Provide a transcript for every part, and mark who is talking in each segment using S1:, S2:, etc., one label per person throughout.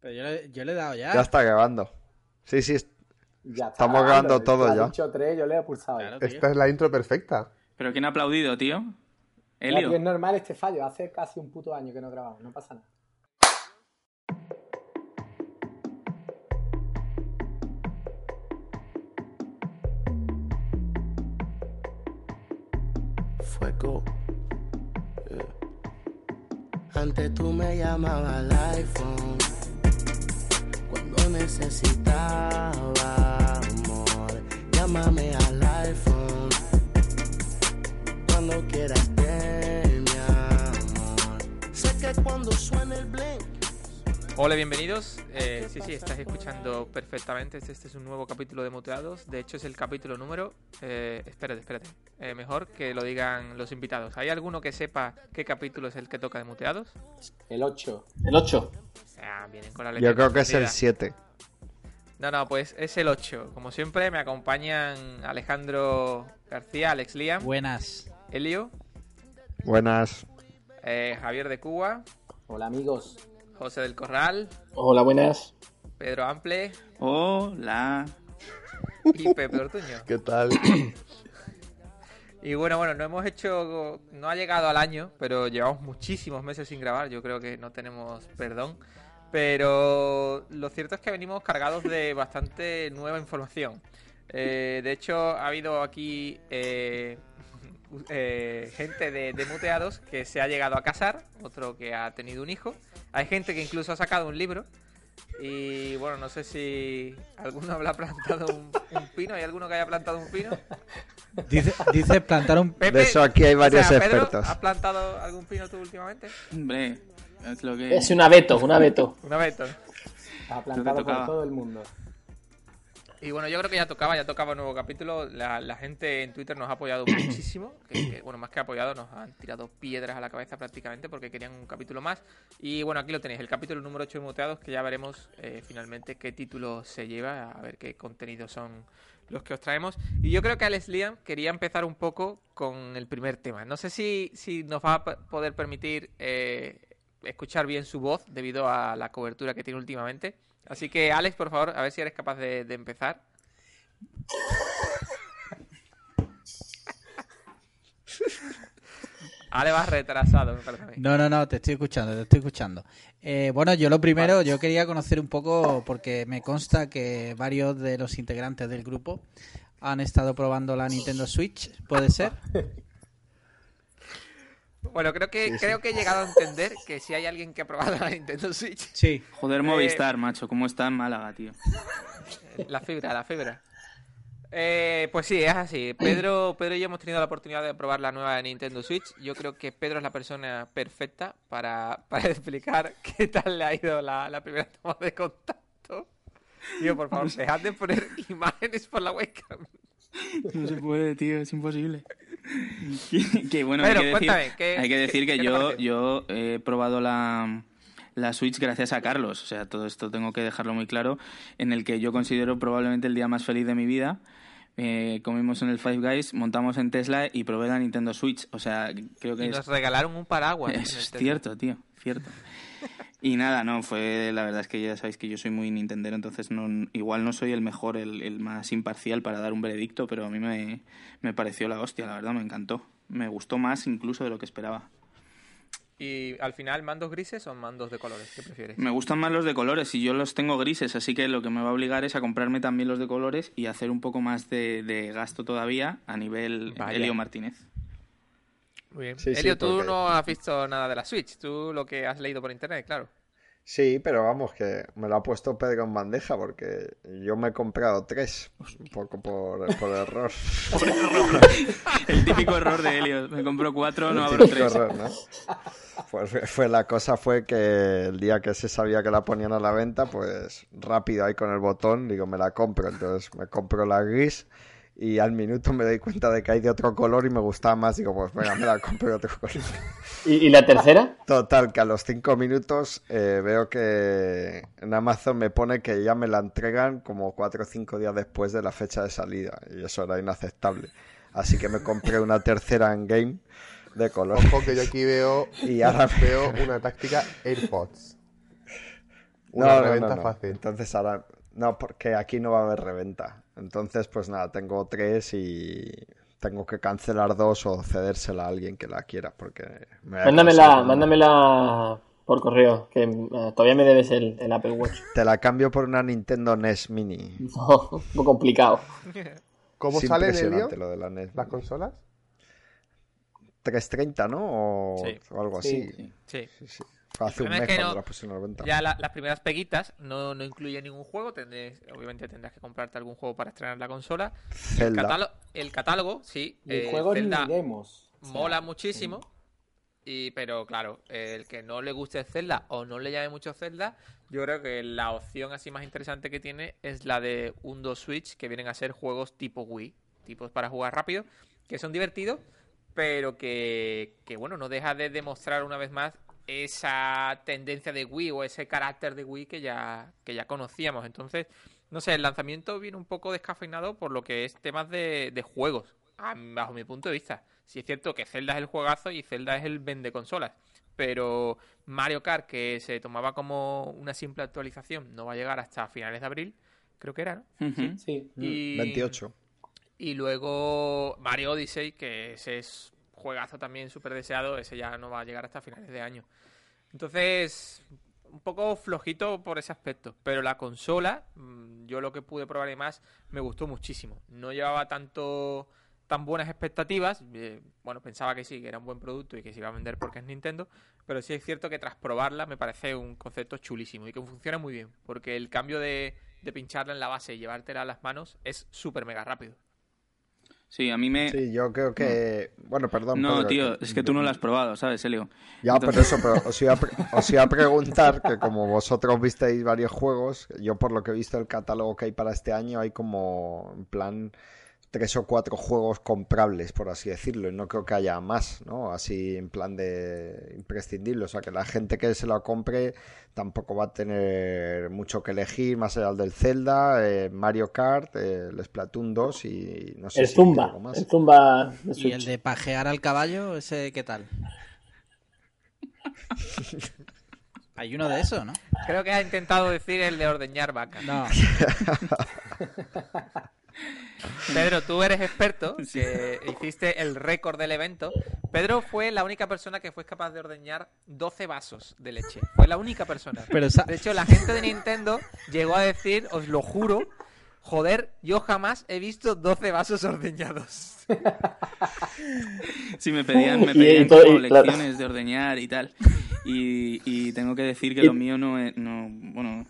S1: Pero yo le, yo le he dado ya.
S2: Ya está grabando. Sí, sí,
S3: Ya está
S2: Estamos grabando todo
S3: Tú has
S2: ya.
S3: dicho tres, yo le he pulsado.
S1: Claro, tío.
S4: Esta es la intro perfecta.
S5: ¿Pero quién ha aplaudido, tío?
S3: Ya, tío, es
S5: Elio.
S3: normal este fallo. Hace casi un puto año que no grabamos, no pasa nada.
S6: fuego. Yeah. Antes tú me llamabas al iPhone cuando necesitaba amor. Llámame al iPhone cuando quieras de mi amor. Sé que cuando suene el blink.
S7: Hola, bienvenidos. Eh, sí, sí, estás escuchando perfectamente. Este, este es un nuevo capítulo de Muteados. De hecho, es el capítulo número. eh, espérate, espérate. Eh, mejor que lo digan los invitados. ¿Hay alguno que sepa qué capítulo es el que toca de Muteados?
S3: El 8.
S8: El 8.
S7: Ah, vienen con la letra.
S2: Yo creo que es el 7.
S7: No, no, pues es el 8. Como siempre, me acompañan Alejandro García, Alex Liam,
S1: Buenas.
S7: Elio,
S2: Buenas.
S7: eh, Javier de Cuba,
S3: Hola amigos.
S7: José del Corral,
S8: Hola, buenas.
S7: Pedro Ample
S5: Hola.
S7: y Pepe Ortuño.
S2: ¿Qué tal?
S7: Y bueno, bueno, no hemos hecho, no ha llegado al año, pero llevamos muchísimos meses sin grabar, yo creo que no tenemos perdón. Pero lo cierto es que venimos cargados de bastante nueva información. Eh, de hecho, ha habido aquí eh, eh, gente de, de muteados que se ha llegado a casar, otro que ha tenido un hijo. Hay gente que incluso ha sacado un libro. Y bueno, no sé si alguno habrá plantado un, un pino. ¿Hay alguno que haya plantado un pino?
S1: Dice, dice plantar un...
S7: Pepe,
S2: De eso aquí hay varios
S7: o sea, Pedro,
S2: expertos.
S7: ¿Has plantado algún pino tú últimamente?
S5: Hombre, es lo que...
S8: Es un abeto, un abeto.
S7: Una vez. todo.
S3: Ha plantado por
S5: tocaba.
S3: todo el mundo.
S7: Y bueno, yo creo que ya tocaba, ya tocaba un nuevo capítulo. La, la gente en Twitter nos ha apoyado muchísimo. que- que, bueno, más que apoyado, nos han tirado piedras a la cabeza prácticamente porque querían un capítulo más. Y bueno, aquí lo tenéis, el capítulo número 8 de Muteados, que ya veremos eh, finalmente qué título se lleva, a ver qué contenidos son los que os traemos. Y yo creo que Alex Liam quería empezar un poco con el primer tema. No sé si, si nos va a p- poder permitir eh, escuchar bien su voz debido a la cobertura que tiene últimamente. Así que, Alex, por favor, a ver si eres capaz de, de empezar. Ale, vas retrasado, me parece a mí.
S1: No, no, no, te estoy escuchando, te estoy escuchando. Eh, bueno, yo lo primero,
S7: Vale.
S1: yo quería conocer un poco, porque me consta que varios de los integrantes del grupo han estado probando la Nintendo Switch, ¿puede ser?
S7: Bueno, creo que, creo que he llegado a entender que si hay alguien que ha probado la Nintendo Switch,
S1: Sí.
S5: Joder, Movistar, macho. ¿Cómo está en Málaga, tío?
S7: la fibra, la fibra. Eh, pues sí, es así. Pedro, Pedro y yo hemos tenido la oportunidad de probar la nueva Nintendo Switch. Yo creo que Pedro es la persona perfecta para, para explicar qué tal le ha ido la, la primera toma de contacto. Tío, por favor, dejad de poner imágenes por la webcam.
S5: No se puede, tío. Es imposible. que, que, bueno,
S7: Pero,
S5: hay, que decir,
S7: cuéntame, ¿qué-
S5: hay que
S7: qué-
S5: decir que
S7: qué te
S5: yo,
S7: pareció?
S5: yo he probado la, la Switch gracias a Carlos. O sea, todo esto tengo que dejarlo muy claro. En el que yo considero probablemente el día más feliz de mi vida. Eh, comimos en el Five Guys, montamos en Tesla y probé la Nintendo Switch. O sea, creo que
S7: Y
S5: es-
S7: nos regalaron un paraguas.
S5: Eso es cierto, tío, cierto. Y nada, no, fue la verdad es que ya sabéis que yo soy muy nintendero, entonces no, igual no soy el mejor, el, el más imparcial para dar un veredicto, pero a mí me, me pareció la hostia, la verdad, me encantó. Me gustó más incluso de lo que esperaba.
S7: Y al final, ¿mandos grises o mandos de colores? ¿Qué prefieres?
S5: Me gustan más los de colores y yo los tengo grises, así que lo que me va a obligar es a comprarme también los de colores y hacer un poco más de, de gasto todavía a nivel
S7: Vaya.
S5: Elio Martínez.
S7: Muy bien.
S2: Sí, sí,
S7: Elio, tú
S2: porque-
S7: no has visto nada de la Switch, tú lo que has leído por internet, claro.
S2: Sí, pero vamos, que me lo ha puesto Pedro en bandeja porque yo me he comprado tres, un poco por, por error.
S5: El típico error de Helios. Me compro cuatro, no abro tres.
S2: Error, ¿no? Pues fue la cosa fue que el día que se sabía que la ponían a la venta, pues rápido ahí con el botón, digo, me la compro. Entonces me compro la gris y al minuto me doy cuenta de que hay de otro color y me gustaba más. Digo, pues venga, me la compro de otro color.
S8: ¿Y, y la tercera?
S2: Total, que a los cinco minutos eh, veo que en Amazon me pone que ya me la entregan como cuatro o cinco días después de la fecha de salida. Y eso era inaceptable. Así que me compré una tercera en game de color.
S4: Ojo que yo aquí veo,
S2: Y ahora-
S4: veo una táctica AirPods.
S2: No,
S4: Una
S2: no, no,
S4: reventa
S2: no.
S4: fácil.
S2: Entonces ahora. No, porque aquí no va a haber reventa. Entonces, pues nada, tengo tres y tengo que cancelar dos o cedérsela a alguien que la quiera. Porque me voy a cansar
S8: Mándamela,
S2: de-
S8: mándamela por correo, que eh, todavía me debes el, el Apple Watch.
S2: Te la cambio por una Nintendo NES Mini.
S8: No, un poco complicado.
S4: ¿Cómo
S2: Es
S4: salen Elio,
S2: impresionante lo de la E NES.
S4: las consolas?
S2: 330, ¿no? O,
S7: Sí.
S2: o algo
S3: Sí,
S2: así.
S5: sí.
S7: Sí.
S2: Sí, sí. Fue
S7: El
S2: hace un
S7: problema
S2: mes
S7: es que
S2: cuando
S7: no-
S2: la pusieron a la venta.
S7: Ya la- las primeras peguitas no, no incluyen ningún juego. Tendréis, obviamente tendrás que comprarte algún juego para estrenar la consola. El,
S2: Zelda.
S7: catálogo, el catálogo, sí.
S3: Ni
S7: eh,
S3: juegos
S7: Zelda
S3: ni demos. O sea,
S7: mola muchísimo. Y, pero claro, el que no le guste Zelda o no le llame mucho Zelda, yo creo que la opción así más interesante que tiene es la de Undo Switch, que vienen a ser juegos tipo Wii, tipos para jugar rápido, que son divertidos, pero que, que, bueno, no deja de demostrar una vez más esa tendencia de Wii o ese carácter de Wii que ya, que ya conocíamos. Entonces, no sé, el lanzamiento viene un poco descafeinado por lo que es temas de, de juegos, a- bajo mi punto de vista. Sí es cierto que Zelda es el juegazo y Zelda es el vende consolas, pero Mario Kart, que se tomaba como una simple actualización, no va a llegar hasta finales de abril, creo que era, ¿no?
S5: Ujú.
S3: Sí.
S8: Mm,
S7: Y-
S2: 28.
S7: y luego Mario Odyssey, que ese es juegazo también súper deseado, ese ya no va a llegar hasta finales de año. Entonces, un poco flojito por ese aspecto. Pero la consola, mm, yo lo que pude probar y más, me gustó muchísimo. No llevaba tanto tan buenas expectativas. eh, bueno, pensaba que sí, que era un buen producto y que se iba a vender porque es Nintendo. Pero sí es cierto que tras probarla me parece un concepto chulísimo y que funciona muy bien. Porque el cambio de, de pincharla en la base y llevártela a las manos es súper mega rápido.
S5: Sí, a mí me.
S2: Sí, yo creo que. Bueno, perdón.
S5: Eh, No,
S2: Pedro,
S5: tío, es que tú no lo has probado, ¿sabes, Helio?
S2: Ya, pero eso, pero os iba, a pre- os iba a preguntar que como vosotros visteis varios juegos, yo por lo que he visto el catálogo que hay para este año, hay como, en plan, tres o cuatro juegos comprables, por así decirlo, y no creo que haya más, ¿no? Así en plan de imprescindible, o sea, que la gente que se la compre tampoco va a tener mucho que elegir, más allá del Zelda, eh, Mario Kart, eh, el Splatoon 2 y no sé
S8: El
S2: si
S8: Zumba,
S2: algo más.
S8: el Zumba de
S1: ¿Y el
S8: Switch.
S1: de pajear al caballo, ese qué tal? Hay uno de eso, ¿no?
S7: Creo que has intentado decir el de ordeñar vacas.
S1: No,
S7: Pedro, tú eres experto, que hiciste el récord del evento. Pedro fue la única persona que fue capaz de ordeñar 12 vasos de leche. Fue la única persona.
S1: pero sa-
S7: De hecho, la gente de Nintendo llegó a decir, os lo juro, joder, yo jamás he visto 12 vasos ordeñados.
S5: Sí, me pedían, me
S8: Y-
S5: pedían
S8: y todo-
S5: como
S8: y claro.
S5: lecciones de ordeñar y tal. Y, y tengo que decir que
S8: Y-
S5: lo mío no es, no, bueno,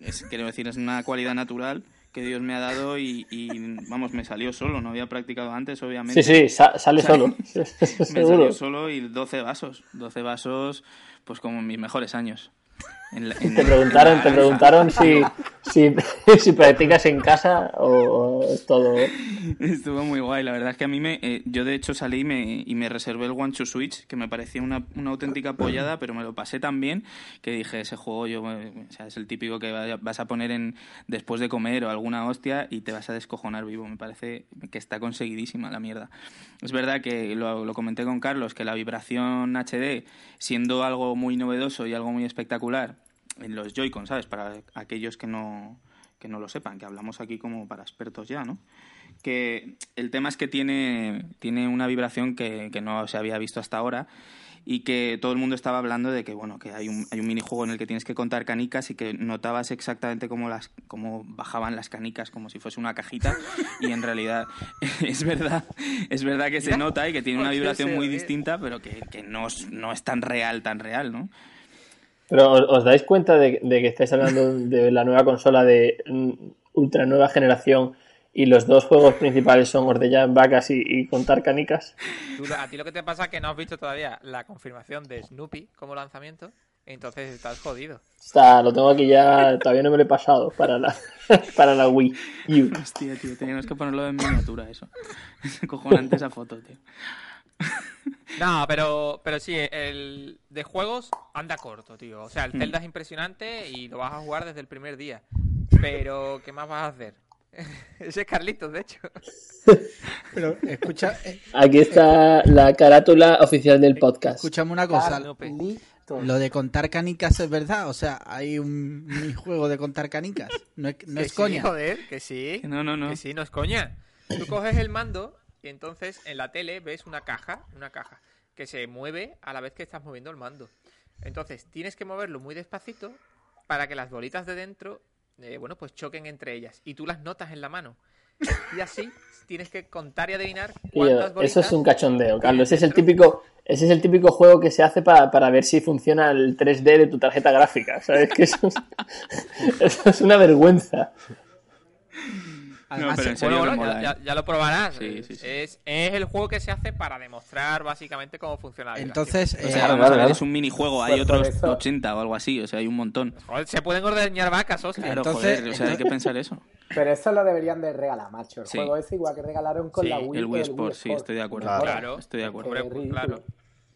S5: es, quiero decir, es una cualidad natural que Dios me ha dado y, y, vamos, me salió solo, no había practicado antes, obviamente.
S8: Sí, sí, sa- sale solo.
S5: Me
S8: Seguro.
S5: salió solo y 12 vasos, 12 vasos, pues como en mis mejores años. En la- en-
S8: Te
S5: en
S8: preguntaron,
S5: la
S8: te
S5: granja.
S8: preguntaron si, si, si practicas en casa o, o es todo. ¿eh?
S5: Estuvo muy guay, la verdad es que a mí me... eh, yo de hecho salí y me, y me reservé el One Two Switch, que me parecía una, una auténtica pollada, pero me lo pasé tan bien que dije, ese juego yo, eh, o sea, es el típico que vaya- vas a poner en después de comer o alguna hostia y te vas a descojonar vivo. Me parece que está conseguidísima la mierda. Es verdad que lo, lo comenté con Carlos, que la vibración HD, siendo algo muy novedoso y algo muy espectacular, en los Joy-Con, ¿sabes? Para aquellos que no, que no lo sepan, que hablamos aquí como para expertos ya, ¿no? que el tema es que tiene, tiene una vibración que, que no se había visto hasta ahora y que todo el mundo estaba hablando de que bueno que hay un, hay un minijuego en el que tienes que contar canicas y que notabas exactamente cómo las cómo bajaban las canicas como si fuese una cajita y en realidad es verdad es verdad que se nota y que tiene una
S7: Porque
S5: vibración
S7: se
S5: muy
S7: ve.
S5: distinta pero que, que no, es- no es tan real tan real no
S8: Pero ¿os, os dais cuenta de, de que estáis hablando de la nueva consola de mm, ultra nueva generación y los dos juegos principales son ordeñar vacas y, y contar canicas?
S7: Tú lo- a ti lo que te pasa es que no has visto todavía la confirmación de Snoopy como lanzamiento, entonces estás jodido.
S8: Está, lo tengo aquí ya, todavía no me lo he pasado para la, para la Wii U.
S5: Hostia, tío, teníamos que ponerlo en miniatura eso. Es cojonante esa foto, tío.
S7: No, pero, pero sí, el de juegos anda corto, tío. O
S5: Mm.
S7: sea, el Zelda es impresionante y lo vas a jugar desde el primer día. Pero, ¿qué más vas a hacer? Ese es Carlitos, de hecho.
S1: Pero escucha, eh,
S8: Aquí está la carátula oficial del podcast.
S1: escúchame una cosa.
S3: Carlitos.
S1: Lo de contar canicas es verdad, o sea, hay un juego de contar canicas. No es, no
S7: Que
S1: es
S7: sí,
S1: coña.
S7: joder, que sí.
S5: Que No, no, no.
S7: Que sí, no es coña. Tú coges el mando y entonces en la tele ves una caja, una caja, que se mueve a la vez que estás moviendo el mando. Entonces tienes que moverlo muy despacito para que las bolitas de dentro, eh, bueno, pues choquen entre ellas. Y tú las notas en la mano. Y así tienes que contar y adivinar
S8: Tío,
S7: cuántas bolitas...
S8: eh, eso es un cachondeo, Carlos. Ese es el típico, ese es el típico juego que se hace para, para ver si funciona el 3D de tu tarjeta gráfica. ¿Sabes? Que eso es, eso es una vergüenza.
S1: Además,
S5: pero en
S1: se-
S5: serio
S7: Bueno,
S5: que
S7: bueno,
S5: mola,
S7: ya,
S5: ¿eh?
S7: ya- ya lo probarás.
S5: Sí, sí, sí.
S7: Es, es el juego que se hace para demostrar básicamente cómo funciona la vibración.
S1: entonces,
S5: Ah, O
S1: eh,
S5: sea,
S8: Claro,
S5: vamos a
S8: claro,
S5: ver,
S8: claro.
S5: es un minijuego, hay
S3: Pues por
S5: otros
S3: eso-
S5: 80 o algo así, o sea, hay un montón.
S7: Joder, se pueden ordeñar vacas, hostia.
S5: Claro,
S1: Entonces-
S5: joder, o sea, hay que pensar eso.
S3: Pero eso lo deberían de regalar, macho. El
S5: Sí.
S3: juego ese igual que regalaron con
S7: Sí,
S3: la Wii.
S5: El Wii
S3: pero
S5: Sports, sí, pues
S3: Sport.
S5: estoy de acuerdo.
S2: Claro.
S7: Claro.
S5: Estoy de acuerdo.
S3: Qué
S7: Hombre,
S3: ridículo.
S7: claro.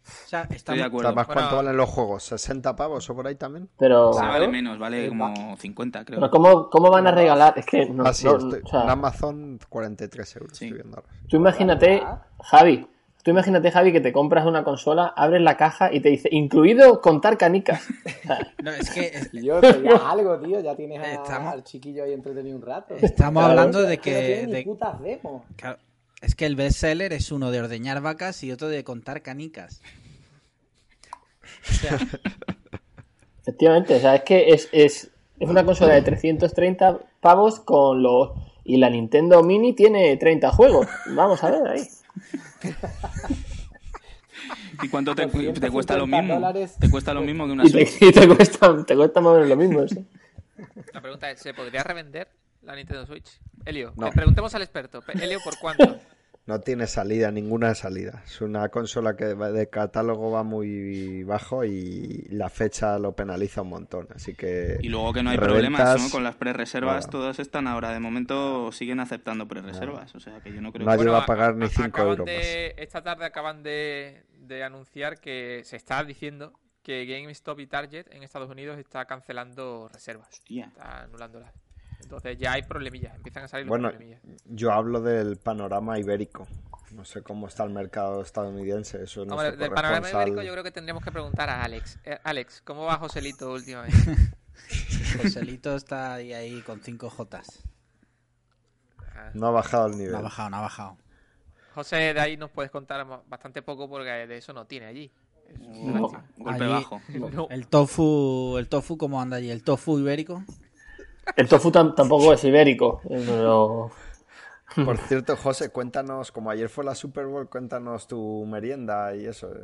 S1: o sea, está-
S5: Estoy de
S2: Además,
S5: acuerdo.
S2: ¿cuánto
S7: Bueno.
S2: valen los juegos? ¿60 pavos o por ahí también?
S8: Pero,
S5: O sea, vale
S3: Claro.
S5: menos, vale como 50, creo.
S8: pero ¿cómo, ¿cómo van a regalar? Es que no,
S2: ah, sí,
S8: no,
S2: estoy-
S8: o sea,
S2: en Amazon 43 euros.
S5: Sí.
S2: Estoy viendo ahora.
S8: Tú imagínate, Javi, tú imagínate, Javi, que te compras una consola, abres la caja y te dice, incluido contar canicas.
S1: no, es que es-
S3: Tío, que ya es algo, tío. Ya tienes a-
S1: Estamos-
S3: al chiquillo ahí entretenido un rato.
S1: estamos
S8: Claro.
S1: hablando de
S3: Que no
S1: que.
S3: tiene ni
S1: de-
S3: putas demos.
S1: claro, es que el bestseller es uno de ordeñar vacas y otro de contar canicas. O sea,
S8: Efectivamente, o sea, es que es, es, es una consola de 330 pavos con los... Y la Nintendo Mini tiene 30 juegos. Vamos a ver ahí.
S5: ¿Y cuánto te, cu-
S3: 250
S5: te cuesta lo mismo?
S3: dólares.
S5: ¿Te cuesta lo mismo que una
S8: Y te,
S5: Switch?
S8: y te cuesta, te cuesta más o menos lo mismo. sí.
S7: La pregunta es, ¿se podría revender la Nintendo Switch? Elio,
S2: No.
S7: le preguntemos al experto. Pe- Elio, ¿por cuánto?
S2: No tiene salida, ninguna salida. Es una consola que va- de catálogo va muy bajo y la fecha lo penaliza un montón. Así que.
S5: Y luego que no hay
S2: reventas-
S5: problemas, ¿no? Con las prerreservas
S2: Nada.
S5: todas están ahora. De momento siguen aceptando prerreservas. O sea, que yo no creo
S2: No
S5: que...
S2: Nadie va a pagar ni cinco
S7: acaban
S2: euros
S7: de- Esta tarde acaban de, de anunciar que se está diciendo que GameStop y Target en Estados Unidos está cancelando reservas.
S5: Hostia.
S7: Está anulándolas. Entonces ya hay problemillas, empiezan a salir los
S2: Bueno,
S7: problemillas.
S2: yo hablo del panorama ibérico. No sé cómo está el mercado estadounidense. Eso no
S7: Hombre,
S2: sé,
S7: del panorama
S2: corresponsal.
S7: ibérico yo creo que tendríamos que preguntar a Alex. Eh, Alex, ¿cómo va Joselito últimamente?
S1: Joselito está ahí, ahí con 5 Jotas.
S2: No ha bajado el nivel.
S1: No ha bajado, no ha bajado.
S7: José, de ahí nos puedes contar mo- bastante poco porque de eso no tiene allí. Es una
S5: Un
S7: lástima.
S5: golpe
S1: Allí-
S5: bajo.
S7: No.
S1: El tofu, el tofu, ¿cómo anda allí? ¿El tofu ibérico?
S8: El tofu tam- tampoco es ibérico. eh, Pero...
S2: Por cierto, José, cuéntanos, como ayer fue la Super Bowl, cuéntanos tu merienda y eso. eh,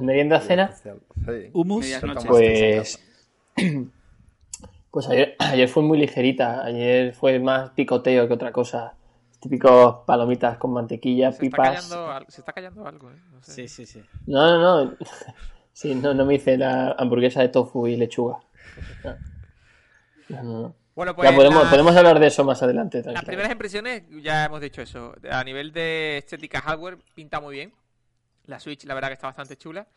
S8: ¿Merienda cena?
S2: especial. Sí.
S1: Humus.
S5: Medias
S2: ¿Qué
S5: noches.
S2: tomaste?
S8: Pues. Pues ayer, ayer fue muy ligerita. Ayer fue más picoteo que otra cosa. Típicos palomitas con mantequilla,
S7: Se está,
S8: pipas.
S7: callando, al- se está callando algo, ¿eh? No sé.
S1: Sí, sí, sí.
S8: No, no, no. Sí, no, no me hice la hamburguesa de tofu y lechuga. No, no, no.
S7: Bueno, pues
S8: Ya podemos,
S7: la-
S8: podemos hablar de eso más adelante.
S7: las
S8: tranquilamente.
S7: primeras impresiones, ya hemos dicho eso. A nivel de estética hardware, pinta muy bien. La Switch, la verdad que está bastante chula.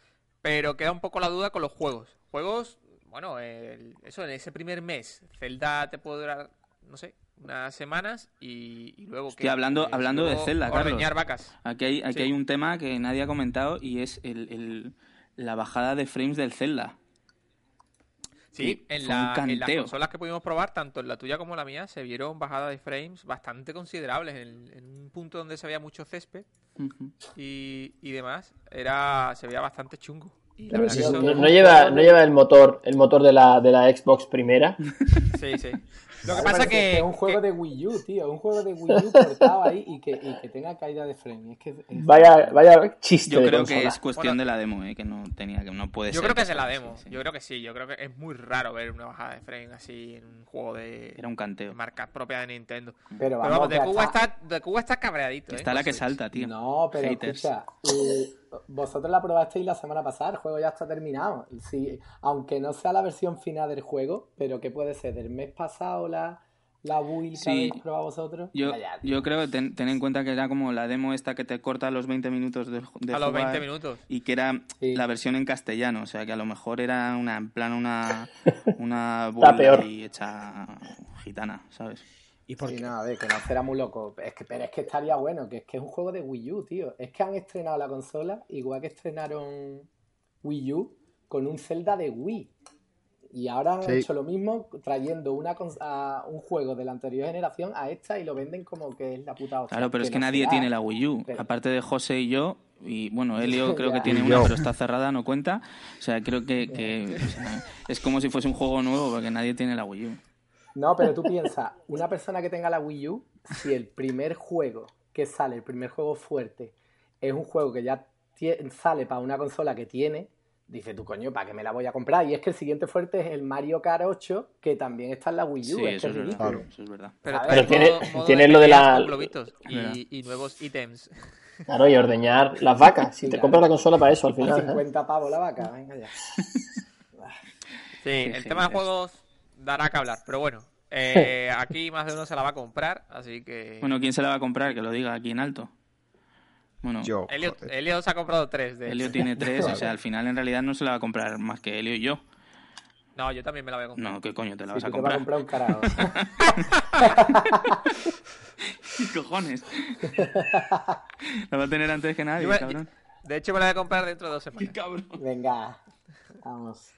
S7: Pero queda un poco la duda con los juegos. Juegos, bueno, el- eso en ese primer mes. Zelda te puede durar, no sé, unas semanas y, y luego...
S5: Hostia, hablando- hablando de
S7: luego
S5: Zelda, Carlos.
S7: ordeñar vacas.
S5: Aquí hay, aquí
S7: Sí.
S5: hay un tema que nadie ha comentado y es el- el- la bajada de frames del Zelda.
S7: Sí,
S5: Sí,
S7: en,
S5: fue un
S7: la, en las
S5: canteo.
S7: consolas que pudimos probar, tanto en la tuya como en la mía, se vieron bajadas de frames bastante considerables. En, en un punto donde se veía mucho césped
S5: Ujú.
S7: y, y demás, era se veía bastante chungo. Y la
S8: Pero
S7: verdad
S8: si
S7: que
S8: no,
S7: son-
S8: no lleva, no lleva el motor, el motor de la, de la Xbox primera.
S7: Sí, sí. Lo que
S3: Claro,
S7: pasa
S3: parece
S7: que.
S3: Es un
S7: que-
S3: juego de Wii U, tío. Un juego de Wii U cortado ahí y que, y que tenga caída de frame. Es que, es-
S8: Vaya, vaya chiste
S5: Yo
S8: de
S5: creo
S8: consola.
S5: que es cuestión
S7: Bueno.
S5: de la demo, eh, que no tenía que no puede
S7: Yo
S5: ser.
S7: creo que es de
S5: sea
S7: la
S5: así,
S7: demo.
S5: sí.
S7: Yo creo que sí. Yo creo que es muy raro ver una bajada de frame así en un juego de,
S5: Era un
S7: de
S5: canteo.
S7: marca propia de Nintendo.
S3: Pero
S7: Pero
S3: vamos,
S7: vamos, de
S3: ya
S7: Cuba
S3: está.
S7: está, de Cuba está cabreadito. ¿eh?
S5: Está la que
S7: Sí.
S5: salta, tío.
S3: No, pero
S5: Haters.
S3: escucha, eh, vosotros la probasteis la semana pasada, el juego ya está terminado. Sí, aunque no sea la versión final del juego, pero que puede ser del mes pasado la, la build
S5: Sí.
S3: que habéis probado vosotros.
S5: Yo,
S3: Vaya, tío.
S5: yo creo que ten, ten en cuenta que era como la demo esta que te corta a los 20 minutos de, de
S7: A los 20
S5: jugar
S7: minutos.
S5: y que era
S3: Sí.
S5: la versión en castellano, o sea que a lo mejor era una en plan una una
S8: peor.
S5: y hecha gitana, ¿sabes?
S1: ¿Y por
S3: Sí,
S1: qué?
S3: no, a ver, que no será muy loco. Es que, pero es que estaría bueno, que es que es un juego de Wii U, tío. Es que han estrenado la consola, igual que estrenaron Wii U, con un Zelda de Wii. Y ahora han
S4: Sí.
S3: hecho lo mismo trayendo una cons- a un juego de la anterior generación a esta y lo venden como que es la puta hostia.
S5: Claro, pero es que
S3: no
S5: nadie
S3: será.
S5: tiene la Wii U,
S3: Pero-
S5: aparte de José y yo y bueno, Elio creo que
S3: Ya.
S5: tiene
S2: Y
S5: una
S2: yo.
S5: pero está cerrada, no cuenta. O sea, creo que, que, o sea, es como si fuese un juego nuevo porque nadie tiene la Wii U.
S3: No, pero tú piensas, una persona que tenga la Wii U, si el primer juego que sale, el primer juego fuerte, es un juego que ya tie- sale para una consola que tiene, dice tú, coño, ¿para qué me la voy a comprar? Y es que el siguiente fuerte es el Mario Kart 8, que también está en la Wii U.
S5: Sí,
S3: es
S5: eso
S3: que es
S5: es verdad.
S3: ridículo.
S2: Claro.
S5: Eso es verdad.
S7: Pero,
S3: Pero
S7: trae
S8: tiene-
S7: modo- modo
S8: tiene lo de
S7: peleas
S8: la-
S7: con globitos y, y nuevos ítems.
S8: Claro, y ordeñar las vacas. Si
S3: Sí,
S8: te
S3: claro.
S8: compras la consola para eso al
S3: A
S8: final. ¿eh?
S3: 50 pavos la vaca, venga ya.
S7: Sí, el
S5: sí,
S7: tema
S5: ya
S7: de juegos dará que hablar, pero bueno. eh, aquí más de uno se la va a comprar, así que.
S5: Bueno, ¿quién se la va a comprar? Que lo diga aquí en alto. Bueno,
S2: Yo.
S7: Elio,
S2: joder.
S7: Elio se ha comprado tres de
S5: Elio
S7: hecho.
S5: tiene tres, o sea, al final en realidad no se la va a comprar más que Elio y yo.
S7: No, yo también me la voy a comprar.
S5: No, ¿qué coño te la vas
S3: Si
S5: a
S3: tú te vas a
S5: comprar?
S3: comprar un carajo.
S5: ¿Qué cojones? la va a tener antes que nadie,
S7: Yo me-
S5: cabrón.
S7: De hecho, me la voy a comprar dentro de dos semanas.
S3: Venga, vamos.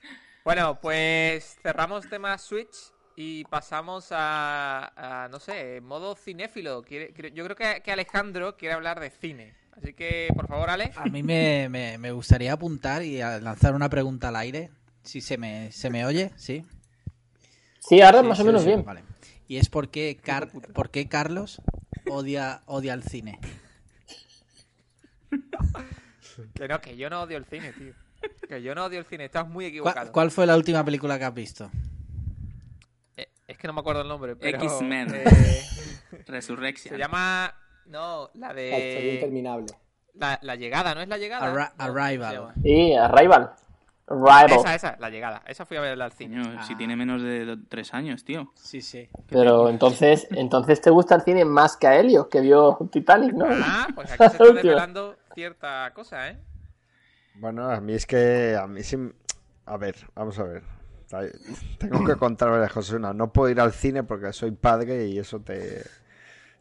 S7: Bueno, pues cerramos tema Switch y pasamos a, a, no sé, modo cinéfilo. Quiere- quiere- yo creo que, que Alejandro quiere hablar de cine. Así que, por favor, Ale.
S1: A mí me, me- me gustaría apuntar y a- lanzar una pregunta al aire. Si se me, se me oye, ¿sí?
S8: Sí, ahora
S1: Sí,
S8: más o
S1: sí,
S8: menos
S1: sí,
S8: bien.
S1: vale. Y es por qué, Car- por qué Carlos odia, odia el cine.
S7: Que no, que yo no odio el cine, tío. Que yo no odio el cine, estás muy
S1: ¿Cuál,
S7: equivocado.
S1: cuál fue la última película que has visto?
S7: Eh, es que no me acuerdo el nombre, pero.
S5: X-Men.
S7: eh,
S5: Resurrección.
S7: se llama. No, la
S8: Ah,
S3: La
S5: Eh,
S3: historia
S7: de.
S3: interminable.
S7: La, la llegada, ¿no es la llegada?
S1: Arri-
S7: No, ¿cómo se
S1: Arrival.
S7: llama?
S8: Y Arrival. Arrival.
S7: Esa, esa, la llegada. Esa fui a verla al cine.
S5: Coño, si tiene menos de do- tres años, tío.
S1: Sí, sí.
S8: Pero entonces, entonces te gusta el cine más que a Helios, que vio Titanic, ¿no?
S7: Ah, pues aquí se está
S8: Última.
S7: desvelando cierta cosa, ¿eh?
S2: Bueno, a mí es que. A mí sí. A ver, vamos a ver. Ay, Tengo que contar varias cosas. Una, no puedo ir al cine porque soy padre y eso te,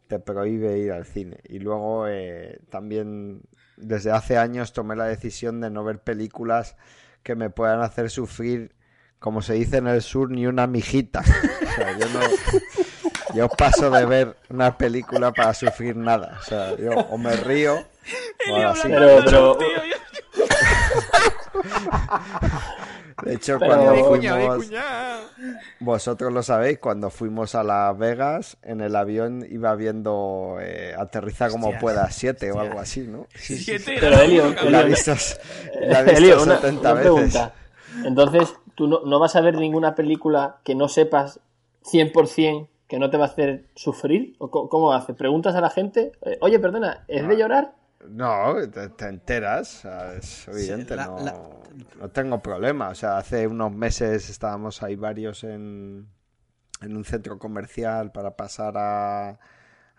S2: te prohíbe ir al cine. Y luego eh, también desde hace años tomé la decisión de no ver películas que me puedan hacer sufrir, como se dice en el sur, ni una mijita. O sea, yo no. Yo paso de ver una película para sufrir nada. O sea, yo o me río. o algo así.
S8: Pero, pero,
S2: De hecho,
S8: Pero-
S2: cuando
S8: Di
S7: Cuña, di
S2: fuimos,
S7: cuña.
S2: vosotros lo sabéis, cuando fuimos a Las Vegas, en el avión iba viendo eh, Aterriza como
S1: Hostias,
S2: pueda, 7 o
S1: hostias.
S2: algo así, ¿no? Sí, sí, sí.
S5: Siete,
S8: pero Helio,
S2: La he
S8: Helio,
S2: visto, la he visto
S8: Elio, una, una
S2: 70 veces.
S8: pregunta. Entonces, ¿tú no, no vas a ver ninguna película que no sepas 100% que no te va a hacer sufrir? ¿O co- cómo haces? ¿Preguntas a la gente? Eh, Oye, perdona, ¿es
S2: Ah.
S8: de llorar?
S2: No, te, te enteras, o sea, es evidente,
S1: la-
S2: no,
S1: la-
S2: no tengo problema. O sea, hace unos meses estábamos ahí varios en, en un centro comercial para pasar a, a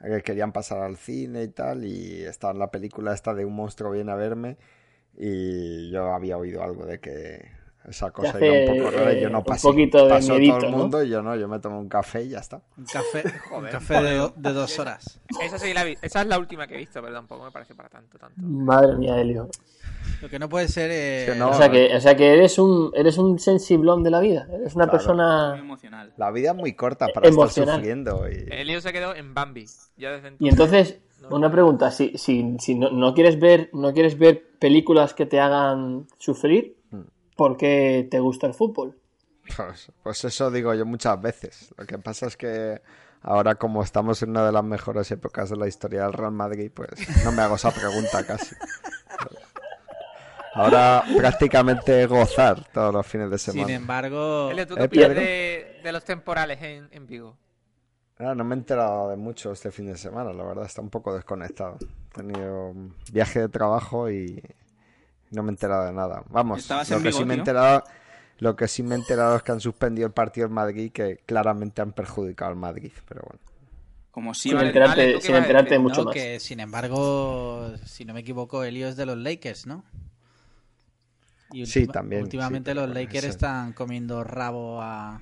S2: que querían pasar al cine y tal, y estaba en la película esta de un monstruo viene a verme, y yo había oído algo de que esa cosa iba
S8: hace,
S2: un poco rara y yo
S8: eh,
S2: no
S8: un
S2: pasé.
S8: poquito de
S2: Pasó
S8: miedito,
S2: todo el
S8: ¿no?
S2: mundo y yo no, yo me tomé un café y ya está.
S1: Un café, un
S7: Joder,
S1: café de, do- de dos horas.
S7: Esa, sí la vi- esa es la última que he visto, pero tampoco me parece para tanto, tanto.
S8: Madre mía, Helio.
S1: Lo que no puede ser es...
S2: que no,
S8: O sea que, o sea que eres un eres un sensiblón de la vida. Eres una
S5: Muy
S2: Claro.
S8: persona.
S5: emocional.
S2: La vida es muy corta para estar
S8: Emocional.
S7: Eh,
S2: sufriendo y...
S7: El lío se quedó en Bambi. Ya desde
S8: Y
S7: entonces.
S8: entonces, Una pregunta, si, si, si no, no quieres ver, no quieres ver películas que te hagan sufrir, ¿por qué te gusta el fútbol?
S2: Pues, pues eso digo yo muchas veces. Lo que pasa es que ahora como estamos en una de las mejores épocas de la historia del Real Madrid, pues no me hago esa pregunta casi. Ahora prácticamente gozar todos los fines de
S1: Sin
S2: semana.
S1: embargo,
S7: Elio, ¿tú
S2: Eh,
S7: qué opinas
S2: Pedro.
S7: de, de los temporales en, en Vigo?
S2: Ah, no me he enterado de mucho este fin de semana, la verdad, está un poco desconectado. He tenido un viaje de trabajo y no me he enterado de nada. Vamos,
S5: Estabas
S2: lo
S5: en
S2: que
S5: Vigo,
S2: sí me he
S5: tío.
S2: enterado, lo que sí me he enterado es que han suspendido el partido en Madrid, que claramente han perjudicado al Madrid, pero bueno.
S5: Como
S8: Sin
S5: siempre.
S7: vale,
S8: enterarte,
S7: vale, ¿tú qué
S8: sin
S7: vas a
S8: enterarte
S7: decir?
S8: mucho
S1: no,
S8: más.
S1: que sin embargo, si no me equivoco, Elio es de los Lakers, ¿no? Y
S2: Sí, también, sí,
S1: Últimamente
S2: pero
S1: los
S2: bueno,
S1: Lakers
S2: eso-
S1: están comiendo rabo a. a-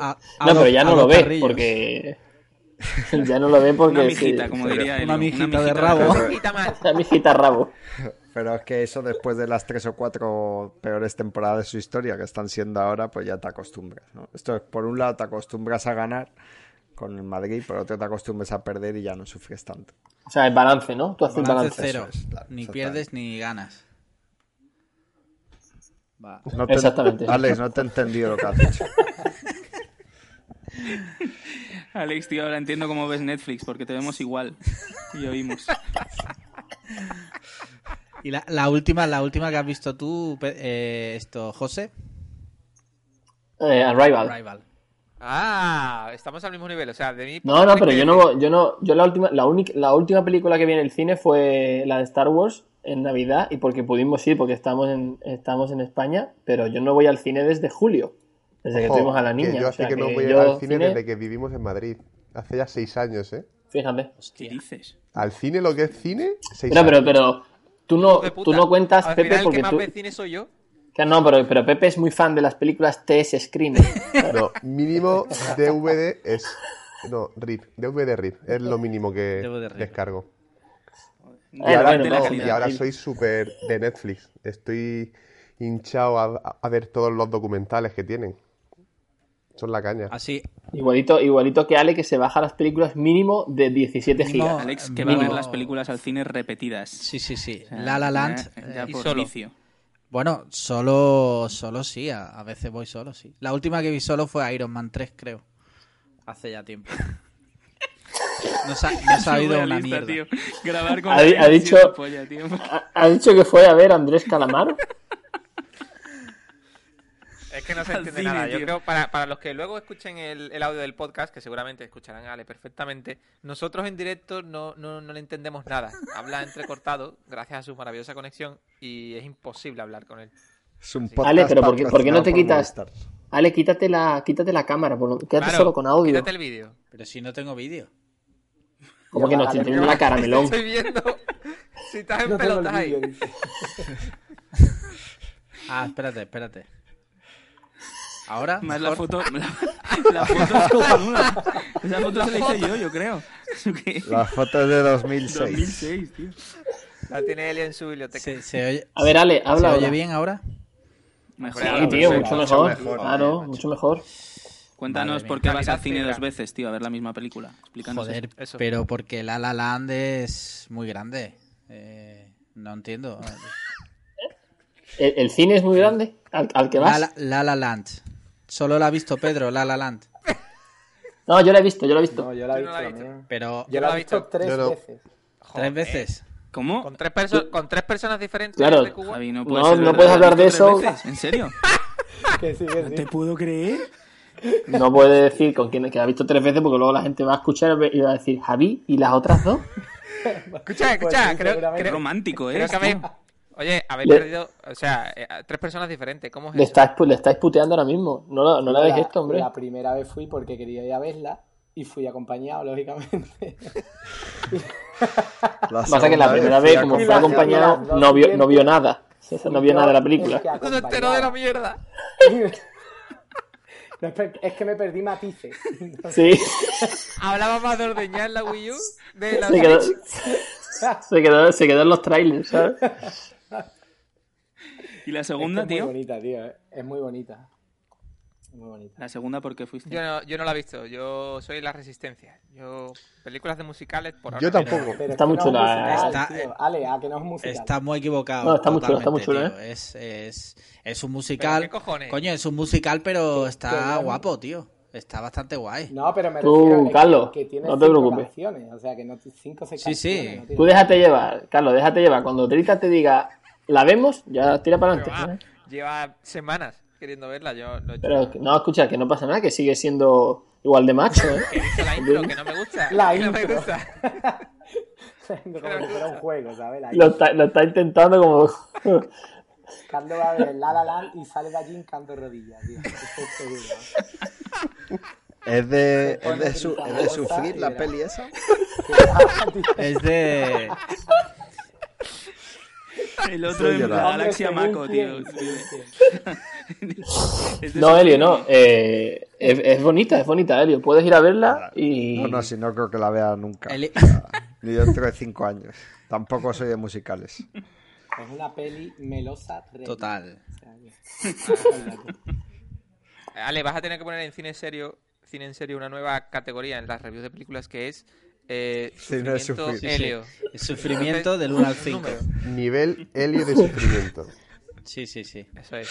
S1: a-
S8: No,
S1: a los-
S8: pero ya
S1: a
S8: no
S1: los
S8: lo ve,
S1: perrillos.
S8: porque. Ya no lo ve porque.
S5: Una mijita,
S8: sí.
S5: como diría él.
S1: Una mijita de
S2: rabo.
S7: Una mijita más.
S8: Una mijita rabo.
S2: Pero es que eso después de las tres o cuatro peores temporadas de su historia que están siendo ahora, pues ya te acostumbras, ¿no? Esto es, por un lado te acostumbras a ganar con el Madrid, por otro te acostumbras a perder y ya no sufres tanto.
S8: O sea, el balance, ¿no? Tú haces el
S1: Balance
S8: balance.
S1: cero.
S2: eso es, claro,
S1: ni
S2: exactamente.
S1: pierdes ni ganas. Va.
S2: Ah, No te-
S8: Exactamente.
S2: Alex, no te he entendido lo que has dicho.
S5: Alex, tío, ahora entiendo cómo ves Netflix, porque te vemos igual. Y oímos.
S1: Y la, la última, la última que has visto tú, Pe- eh, esto, José,
S8: Eh, Arrival.
S1: Rival.
S7: Ah, estamos al mismo nivel. O sea, de mí.
S8: No, no, pero
S7: que-
S8: yo no, yo no, yo la última, la única, la última película que vi en el cine fue la de Star Wars en Navidad y porque pudimos ir, porque estamos en, estamos en España, pero yo no voy al cine desde julio, desde que
S4: Ojo,
S8: tuvimos a la niña.
S4: Que yo
S8: o
S4: así
S8: sea,
S4: que no
S8: que
S4: voy a ir
S8: yo
S4: al cine,
S8: cine-
S4: desde que vivimos en Madrid. Hace ya seis años, ¿eh?
S8: Fíjate.
S5: ¿Qué dices?
S4: Al cine, lo que es cine, seis
S8: Pero, pero,
S4: años.
S8: pero, tú no,
S7: hijo de puta.
S8: tú no cuentas,
S7: Al
S8: Pepe,
S7: final, el
S8: porque
S7: que más
S8: tú,
S7: ve cine soy yo.
S8: que no, pero, pero Pepe es muy fan de las películas TS Screen.
S4: No, mínimo DVD es. No, RIP. DVD RIP. Es lo mínimo que
S1: DVD RIP.
S4: descargo.
S8: Eh,
S4: y ahora,
S8: bueno,
S5: de la
S4: no,
S5: calidad.
S4: y ahora
S8: RIP.
S4: soy súper de Netflix. Estoy hinchado a, a ver todos los documentales que tienen. Son la caña.
S1: Así,
S8: Igualito, igualito que Ale, que se baja las películas mínimo de 17
S1: Mínimo-
S8: gigas.
S5: Alex, que va a
S1: Mínimo.
S5: ver las películas al cine repetidas.
S1: sí, sí, sí.
S5: O sea,
S1: La La Land.
S5: Ya, ya
S1: eh,
S7: y
S5: por
S7: solo.
S5: vicio.
S1: Bueno, solo, solo sí, a, a veces voy solo, sí. La última que vi solo fue Iron Man 3, creo. Hace ya tiempo. No, sa- no ha sabido una
S5: Surrealista,
S1: mierda.
S5: tío. Grabar con
S8: Ha-
S5: Alex
S8: ha
S5: es
S8: dicho-
S5: una polla, tío.
S8: ¿Ha, ha dicho que fue a ver a Andrés Calamaro?
S7: Es que no se
S5: Al
S7: entiende
S5: cine,
S7: nada. Yo
S5: tío.
S7: creo, para, para los que luego escuchen el, el audio del podcast, que seguramente escucharán a Ale perfectamente, nosotros en directo no, no, no le entendemos nada. Habla entrecortado, gracias a su maravillosa conexión, y es imposible hablar con él.
S2: Es un
S7: Ale,
S2: podcast
S8: pero ¿por qué- por qué no te
S2: patrocinado por Movistar.
S8: Ale, quítate la, quítate la cámara, por lo- quédate
S7: Claro,
S8: solo con audio.
S7: Quítate el vídeo.
S1: Pero si no tengo vídeo.
S8: Como que no, si
S3: Yo-
S8: tienes Ah, la cara, melón.
S7: Estoy viendo si estás en
S3: No tengo el
S7: pelotas ahí.
S3: vídeo, dice.
S1: Ah, espérate, espérate. ¿Ahora?
S5: Más la
S1: mejor.
S5: foto. La, la foto es cojonuda. Esa foto se la hice yo, yo creo. ¿Eso qué?
S2: Las fotos de 2006.
S5: 2006, tío.
S7: La tiene Elio en su biblioteca.
S1: ¿Se, se oye,
S8: A ver, Ale,
S1: ¿se
S8: habla
S1: oye
S8: ahora.
S1: bien ahora?
S5: Mejor.
S8: Sí,
S5: ahora.
S8: tío,
S2: perfecto,
S8: mucho
S2: mucho
S8: mejor.
S2: mejor,
S8: Claro,
S1: macho.
S8: mucho mejor.
S5: Cuéntanos
S1: Madre mía.
S5: por qué vas al
S7: Calidad
S5: cine
S7: fibra.
S5: dos veces, tío, a ver la misma película. Explícanos.
S1: Joder,
S5: eso.
S7: eso.
S1: pero porque La La Land es muy grande. Eh, no entiendo.
S8: ¿El, el cine es muy grande? ¿Al, al que
S1: La
S8: vas?
S1: La, La La Land. Solo la ha visto Pedro, La La Land.
S8: No, yo la he visto, yo la he visto.
S3: No, yo la he
S7: Yo no
S3: visto
S7: la he visto.
S3: también.
S1: Pero
S3: Yo
S7: la
S3: la
S7: he
S3: he
S7: visto.
S3: visto tres
S4: Yo no.
S3: veces.
S7: Joder.
S1: tres veces.
S5: ¿Cómo?
S7: Con tres, perso- con tres personas diferentes
S8: Claro.
S7: de Cuba.
S5: Javi,
S8: No,
S5: no puedes,
S8: no puedes hablar de eso.
S5: ¿En serio?
S3: Que sí, que sí.
S5: ¿Te puedo creer?
S8: No puede decir con quién que la ha visto tres veces porque luego la gente va a escuchar y va a decir Javi y las otras dos.
S7: Escucha,
S3: Pues
S7: escucha,
S3: sí,
S7: creo,
S3: seguramente.
S5: Qué
S7: creo,
S5: romántico, ¿eh?
S7: creo que habéis... Oye, habéis
S8: Le-
S7: perdido, o sea, eh, a tres personas diferentes. ¿Cómo es
S8: Le
S7: eso?
S8: estáis, pu- le estáis puteando ahora mismo. No, la- no la
S3: La-
S8: veis esto, hombre.
S3: La primera vez fui porque quería ir a verla y fui acompañado, lógicamente.
S2: La
S8: Pasa que la
S2: segunda
S8: primera vez,
S2: fui
S8: como
S3: Y
S8: fue
S3: la-
S2: acompañado-
S3: y
S8: acompañado,
S3: la-
S8: no vio, no vio nada. César no vio nada de la película.
S3: Es que
S7: No se enteró de la
S3: acompañaba.
S7: mierda.
S3: No, es per- es que me perdí matices.
S8: Sí,
S7: Hablaba más de ordeñar la Wii U de la
S8: se quedó,
S7: Switch.
S8: se quedó, se quedó en los trailers, ¿sabes?
S5: ¿Y la
S3: Es que
S5: segunda,
S3: es muy
S5: tío?
S3: bonita, tío. eh. Es muy bonita. Muy bonita.
S5: La segunda porque fuiste.
S7: Yo no, yo no la he visto, yo soy La Resistencia. Yo, películas de musicales por ahora.
S4: Yo tampoco.
S1: Ah,
S3: Pero es
S8: Está
S3: que
S8: muy
S3: no es un
S8: chula,
S3: musical,
S1: eh.
S3: tío. Ale, a que no es un musical.
S1: Está muy equivocado.
S8: No, está muy chulo, está
S1: totalmente,
S8: muy chulo,
S1: tío.
S8: ¿eh?
S1: Es, es, es un
S7: ¿Pero
S1: musical.
S7: ¿Qué cojones?
S1: Coño, es un musical, pero
S3: que
S1: está
S3: no es-
S1: guapo, tío. Está bastante guay.
S3: No, pero me
S8: Tú,
S3: refiero a que-
S8: Carlos,
S3: que tiene
S8: no te
S3: cinco
S8: preocupes.
S3: canciones, o sea, que no t- cinco o seis
S1: Sí, sí.
S3: canciones, no tiene-
S8: Tú déjate llevar, Carlos, déjate llevar. Cuando Trita te diga, la vemos, ya tira para
S7: Pero, ah,
S8: adelante. ¿eh?
S7: lleva semanas queriendo verla. Yo no he hecho
S8: Pero
S7: nada.
S8: que- no, escucha, que no pasa nada, que sigue siendo igual de macho, ¿eh?
S7: Que he visto la intro, que no me gusta.
S3: La
S7: que no me
S3: intro.
S7: gusta.
S3: Como si fuera un juego, ¿sabes? La-
S8: Lo está, lo está intentando como...
S3: Carlos va a ver La La Land y sale de allí hincando rodillas, tío. Eso es seguro.
S2: ¿Es de,
S3: Se
S2: es de, su-
S3: pone
S2: es de
S3: triste,
S2: sufrir
S3: y
S2: la
S3: verá.
S2: peli esa?
S1: Es de.
S5: El otro de
S2: llorar.
S5: la galaxia
S3: Hombre, según
S5: Maco, tío. Este
S3: quién, según
S5: Es de
S8: No,
S5: esos-
S8: Helio, no. eh, es, es bonita, es bonita, Helio. Puedes ir a verla y...
S2: No, no, si no creo que la vea nunca.
S1: Eli-
S2: Ni dentro de cinco años. Tampoco soy de musicales.
S3: quién. Es una peli melosa. re-
S1: Total.
S3: o sea, que-
S7: Ale, vas a tener que poner en cine serio, cine en serio una nueva categoría en las reviews de películas que es eh,
S2: Cine de
S7: sufrimiento
S2: sufrir.
S7: helio.
S1: El sufrimiento del 1 al 5.
S7: Número.
S4: Nivel helio de sufrimiento.
S1: Sí, sí, sí.
S7: Eso es.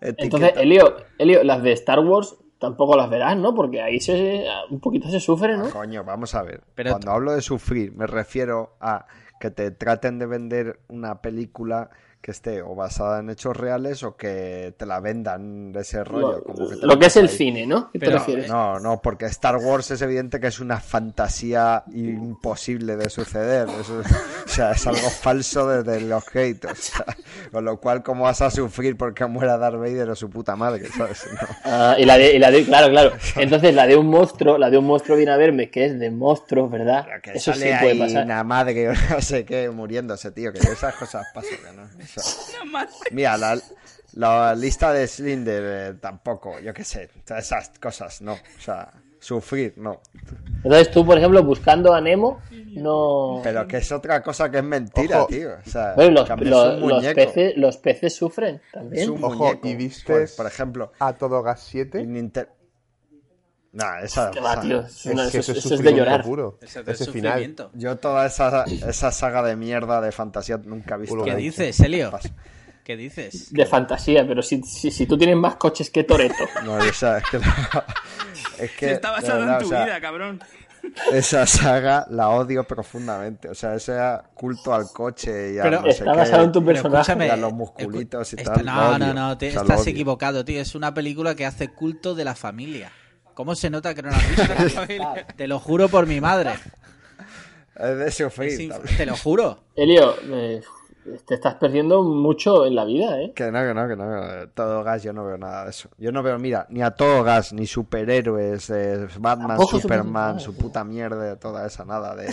S8: Entonces,
S2: Etiqueta.
S8: Helio, Helio, las de Star Wars tampoco las verás, ¿no? Porque ahí se, un poquito se sufre, ¿no?
S2: Ah, coño, vamos a ver.
S1: Pero
S2: Cuando
S1: t-
S2: hablo de sufrir, me refiero a que te traten de vender una película que esté o basada en hechos reales o que te la vendan de ese rollo.
S8: Lo,
S2: como que te
S8: lo
S2: la
S8: que es
S2: metas
S8: el
S2: ahí.
S8: cine, ¿no? ¿Qué te
S1: Pero,
S8: refieres?
S2: No, no, porque Star Wars es evidente que es una fantasía imposible de suceder. Eso es- o sea, es algo falso desde los haters. o sea, con lo cual, ¿cómo vas a sufrir porque muera Darth Vader o su puta madre? ¿Sabes? No.
S8: Ah, y la de, y la de, claro, claro. Entonces, la de un monstruo, la de un monstruo viene a verme, que es de monstruos, ¿verdad?
S2: Pero que
S8: Eso sí
S2: sale
S8: puede
S2: ahí
S8: pasar.
S2: una madre o no sé qué muriéndose, tío. Que esas cosas pasan, ¿no? O sea, mira, la, la lista de Slinder eh, tampoco, yo qué sé. O sea, esas cosas, no. O sea, sufrir, no.
S8: Entonces, tú, por ejemplo, buscando a Nemo, no.
S2: Pero que es otra cosa que es mentira,
S4: Ojo.
S2: tío. O sea,
S8: Bueno, los,
S2: cambias
S8: los-
S2: un
S8: los
S2: muñeco.
S8: peces, los peces sufren
S2: Es
S8: también.
S2: un
S4: Ojo,
S2: muñeco.
S4: y viste-
S2: Pues, por ejemplo,
S4: A todo gas
S2: en
S4: 7.
S2: Inter... Nah, esa,
S8: Qué va,
S2: esa-
S8: tío. Es una-
S4: es que
S8: eso,
S4: eso es
S8: eso es de
S4: sufrimiento
S8: llorar.
S4: puro.
S1: Eso es
S4: Ese final.
S1: sufrimiento.
S2: Yo toda esa, esa saga de mierda de fantasía nunca he visto.
S4: Ulo,
S1: ¿Qué
S4: Lo ha
S1: dices, Helio?
S2: Paso.
S1: ¿Qué dices?
S8: De fantasía, pero si, si, si tú tienes más coches que Toreto.
S2: No, esa, es que... la- es que,
S5: Se está
S2: de
S5: basado
S2: verdad,
S5: en tu
S2: o sea,
S5: vida, cabrón.
S2: Esa saga la odio profundamente. O sea, ese culto al coche y a
S1: Pero-
S2: no sé
S8: Está
S2: qué.
S8: basado en tu
S1: Pero
S8: personaje.
S1: escúchame,
S2: Ya los musculitos y
S1: escu-
S2: tal, lo
S1: No,
S2: odio.
S1: no, no, te-
S2: O sea, lo
S1: estás
S2: odio.
S1: equivocado, tío. Es una película que hace culto de la familia. ¿Cómo se nota que no la has visto?
S3: Claro.
S1: Te lo juro por mi madre.
S2: Es de
S1: Es
S2: sufrir.
S1: inf-
S2: también.
S1: Te lo juro.
S8: Elio, eh, te estás perdiendo mucho en la vida, ¿eh?
S2: Que no, que no, que no. Todo gas, yo no veo nada de eso. Yo no veo, mira, ni a todo gas, ni superhéroes, eh, Batman,
S8: Tampoco
S2: Superman,
S8: superhéroes,
S2: su
S8: tío.
S2: puta mierda, toda esa nada de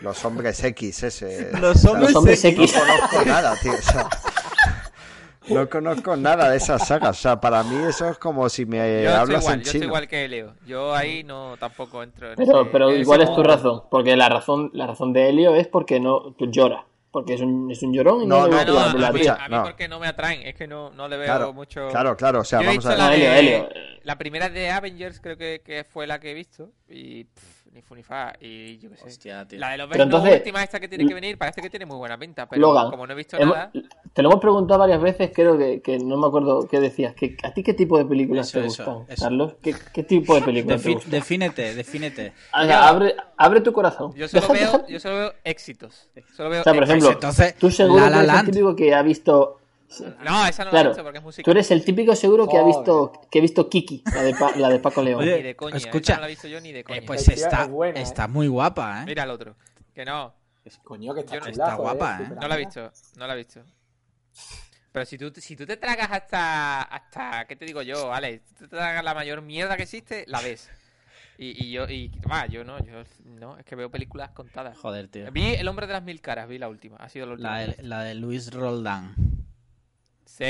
S2: los hombres X, ese.
S1: Los
S2: O sea,
S1: hombres
S8: Los hombres
S2: No
S8: X.
S2: conozco nada, tío. o sea, no conozco nada de esas sagas. O sea, para mí eso es como si me
S7: Yo estoy
S2: Eh, hablas
S7: igual,
S2: en
S7: yo estoy
S2: chino.
S7: igual que Helio. Yo ahí no tampoco entro en Ah,
S8: Pero,
S7: ese-
S8: pero
S7: en ese
S8: igual es tu
S7: mundo.
S8: razón, porque la razón, la razón de Helio es porque no tú llora, porque es un, es un llorón y no,
S2: No,
S8: le
S7: Ah,
S8: gusta
S7: no,
S8: la
S7: a, mí,
S8: pelotilla.
S2: escucha.
S7: a mí
S2: no.
S7: porque no me atraen, es que no, no le veo
S2: Claro,
S7: mucho.
S2: claro, claro. O sea,
S7: Yo he
S2: vamos
S7: visto
S2: a
S7: la
S8: No,
S2: ver.
S7: de-
S8: Helio, Helio.
S7: la primera de Avengers creo que, que fue la que he visto y pff, ni fu ni fa y yo qué sé.
S1: Hostia, tío.
S7: La de los
S8: Pero
S7: Vengadores,
S8: entonces,
S7: última esta que tiene que venir, parece que tiene muy buena pinta, pero
S8: Logan,
S7: como no he visto
S8: hemos-
S7: nada,
S8: te lo hemos preguntado varias veces, creo que, que no me acuerdo qué decías. Que, ¿A ti qué tipo de películas
S1: Eso,
S8: te
S1: eso,
S8: gustan,
S1: eso.
S8: Carlos? ¿Qué, qué tipo de películas te
S1: Defi-
S8: gustan?
S1: defínete, defínete.
S8: Venga,
S7: Yo-
S8: abre, abre tu corazón.
S7: yo solo
S8: Deja-
S7: veo,
S8: deja-
S7: yo solo veo éxitos. Solo veo
S8: O sea, por
S7: éxitos.
S8: ejemplo,
S1: Entonces,
S8: tú seguro
S1: La
S8: que
S1: La
S8: eres el
S1: Land.
S8: típico que ha visto.
S7: No, esa no la he
S8: Claro,
S7: visto porque es música.
S8: tú eres el típico seguro que ha visto
S3: Joder.
S8: que ha visto Kiki, la de, Pa- la de Paco León.
S1: Oye,
S7: Ni de coña,
S1: escucha.
S7: esa no la he visto yo ni de coña.
S1: Eh, pues
S3: Tío, es
S1: está,
S3: buena, ¿eh?
S1: está muy guapa, ¿eh?
S7: Mira el otro. Que no,
S3: Coño, que está
S7: Yo no-
S3: chula,
S1: Está
S3: joder,
S1: guapa, ¿eh?
S3: superamena.
S7: no la he visto, no la he visto. Pero si tú, si tú te tragas hasta, hasta, ¿qué te digo yo, Alex? Si tú te tragas la mayor mierda que existe, la ves. Y, y yo, y, va, yo no, yo no, es que veo películas contadas.
S1: Joder, tío.
S7: Vi El Hombre de las Mil Caras, vi la última, ha sido la última.
S1: La de, la de Luis Roldán.
S7: Sí.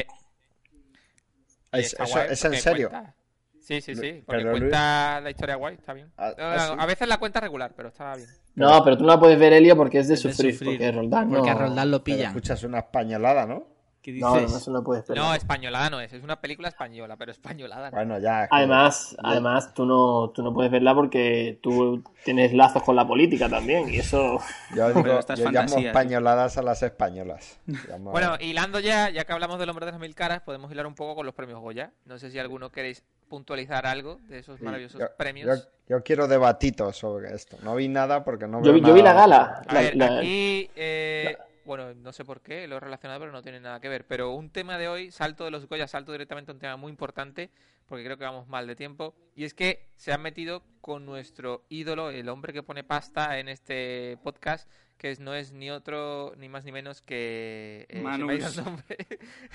S7: Y
S2: Es,
S7: está
S2: eso-
S7: guay
S2: es en
S7: porque
S2: serio.
S7: cuenta- Sí, sí, sí, porque
S2: Pero Luis-
S7: cuenta la historia guay, está bien.
S2: Ah,
S7: No,
S2: ah,
S7: no,
S2: sí.
S7: A veces la cuenta regular, pero está bien.
S8: No, pero tú no la puedes ver, Helio, porque es de
S1: Es de
S8: sufrir,
S1: sufrir,
S8: porque Roldán
S1: Porque
S8: no-
S1: a Roldán lo
S2: Pero
S1: pillan.
S2: escuchas una españolada, ¿no?
S1: ¿Qué
S8: No, no,
S1: dices?
S8: se lo puedes perder.
S7: No, españolada no es, es una película española, pero españolada no.
S2: Bueno, ya. que-
S8: Además, además tú, no, tú no puedes verla porque tú tienes lazos con la política también y eso...
S2: Yo, digo-
S5: Pero estas
S2: yo llamo
S5: fantasías.
S2: españoladas a las españolas. Llamo-
S7: Bueno, hilando ya, ya que hablamos del hombre de las mil caras, podemos hilar un poco con los premios Goya. No sé si alguno queréis puntualizar algo de esos
S2: Sí,
S7: maravillosos
S2: yo-
S7: premios.
S2: Yo, yo quiero debatitos sobre esto. No vi nada porque no
S8: Yo,
S2: veo
S8: vi- yo vi la
S2: nada.
S8: gala.
S7: A
S8: la-
S7: ver,
S8: la-
S7: aquí, eh, bueno, no sé por qué, lo he relacionado, pero no tiene nada que ver. Pero un tema de hoy, salto de los Goya, salto directamente a un tema muy importante, porque creo que vamos mal de tiempo. Y es que se han metido con nuestro ídolo, el hombre que pone pasta en este podcast, que es- no es ni otro, ni más ni menos que. eh, se me ha ido el
S5: Manus.
S7: nombre.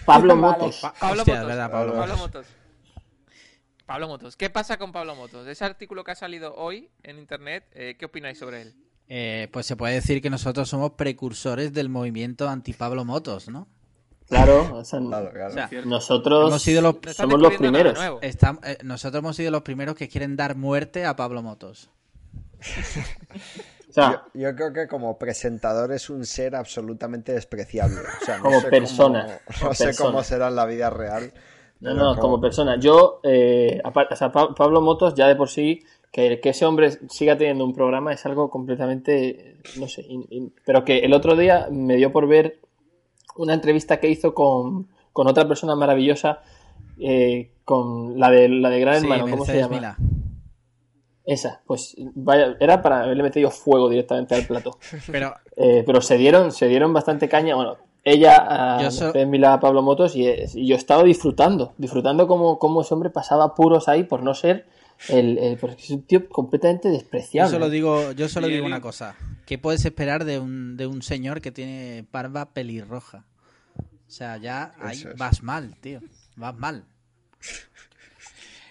S8: Pablo
S3: Vale.
S8: Motos.
S1: Pa-
S7: Pablo
S1: hostia,
S7: Motos.
S1: verdad,
S7: Pablo.
S1: Pablo.
S7: Motos. Pablo Motos. ¿Qué pasa con Pablo Motos? Ese artículo que ha salido hoy en internet, eh, ¿qué opináis sobre él?
S1: Eh, pues se puede decir que nosotros somos precursores del movimiento anti-Pablo Motos, ¿no?
S8: Claro, o sea,
S2: Claro, claro.
S1: O sea,
S8: nosotros
S1: Hemos sido los-
S7: No están
S8: somos los
S7: descubriendo nada
S8: primeros.
S7: nuevo.
S1: Estam- eh, nosotros hemos sido los primeros que quieren dar muerte a Pablo Motos.
S8: O sea,
S2: Yo, yo creo que como presentador es un ser absolutamente despreciable. O sea, no
S8: Como
S2: sé
S8: persona,
S2: Cómo, no
S8: como
S2: sé cómo
S8: persona.
S2: será en la vida real.
S8: No,
S2: pero
S8: no, como, persona. Yo, eh, aparte, o sea, Pa- Pablo Motos ya de por sí, que, que ese hombre siga teniendo un programa es algo completamente, eh, no sé, in- in- pero que el otro día me dio por ver una entrevista que hizo con, con otra persona maravillosa, eh, con la de, la de Gran Hermano, ¿cómo se
S1: Mercedes
S8: llama?
S1: Milá.
S8: Esa, pues vaya, era para haberle metido fuego directamente al plato.
S1: Pero
S8: Eh, pero se dieron, se dieron bastante caña. Bueno, ella a
S1: Yo so-
S8: Mercedes Milá, a Pablo Motos y, es- y yo he estado disfrutando, disfrutando como, como ese hombre pasaba puros ahí por no ser el, el- porque es un tío completamente
S1: yo
S8: despreciable.
S1: solo digo, yo solo
S5: Y
S1: digo
S5: Eli-
S1: una cosa. ¿Qué puedes esperar de un, de un señor que tiene barba pelirroja? O sea, ya ahí
S2: Eso es.
S1: vas mal, tío. Vas mal.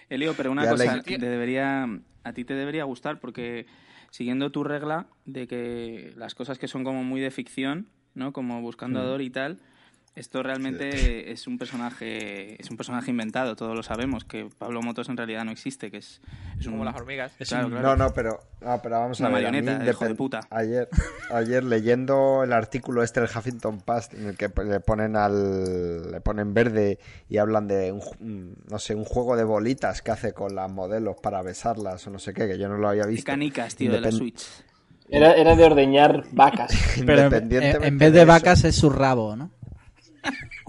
S5: Elio, pero una
S2: Ya
S5: cosa,
S2: le-
S5: te debería, a ti te debería gustar porque siguiendo tu regla de que las cosas que son como muy de ficción, ¿no? Como buscando a
S2: Mm.
S5: Dory y tal, esto realmente es un personaje es un personaje inventado, todos lo sabemos que Pablo Motos en realidad no existe, que es, Mm. es un
S7: Como las hormigas.
S5: Claro, claro.
S2: No, no, pero, no, pero vamos a
S5: Una
S2: ver. a mí
S5: marioneta, hijo de
S2: independ-
S5: puta.
S2: Ayer, ayer leyendo el artículo este del Huffington Post en el que le ponen al le ponen verde y hablan de un, ju- un- no sé, un juego de bolitas que hace con las modelos para besarlas o no sé qué, que yo no lo había
S5: Qué
S2: visto.
S5: canicas, tío, de la
S2: Independ-
S5: Switch.
S8: Era, era de ordeñar vacas.
S1: Pero en- en,
S2: Independientemente
S1: Eh, en vez de
S2: eso,
S1: vacas es su rabo, ¿no?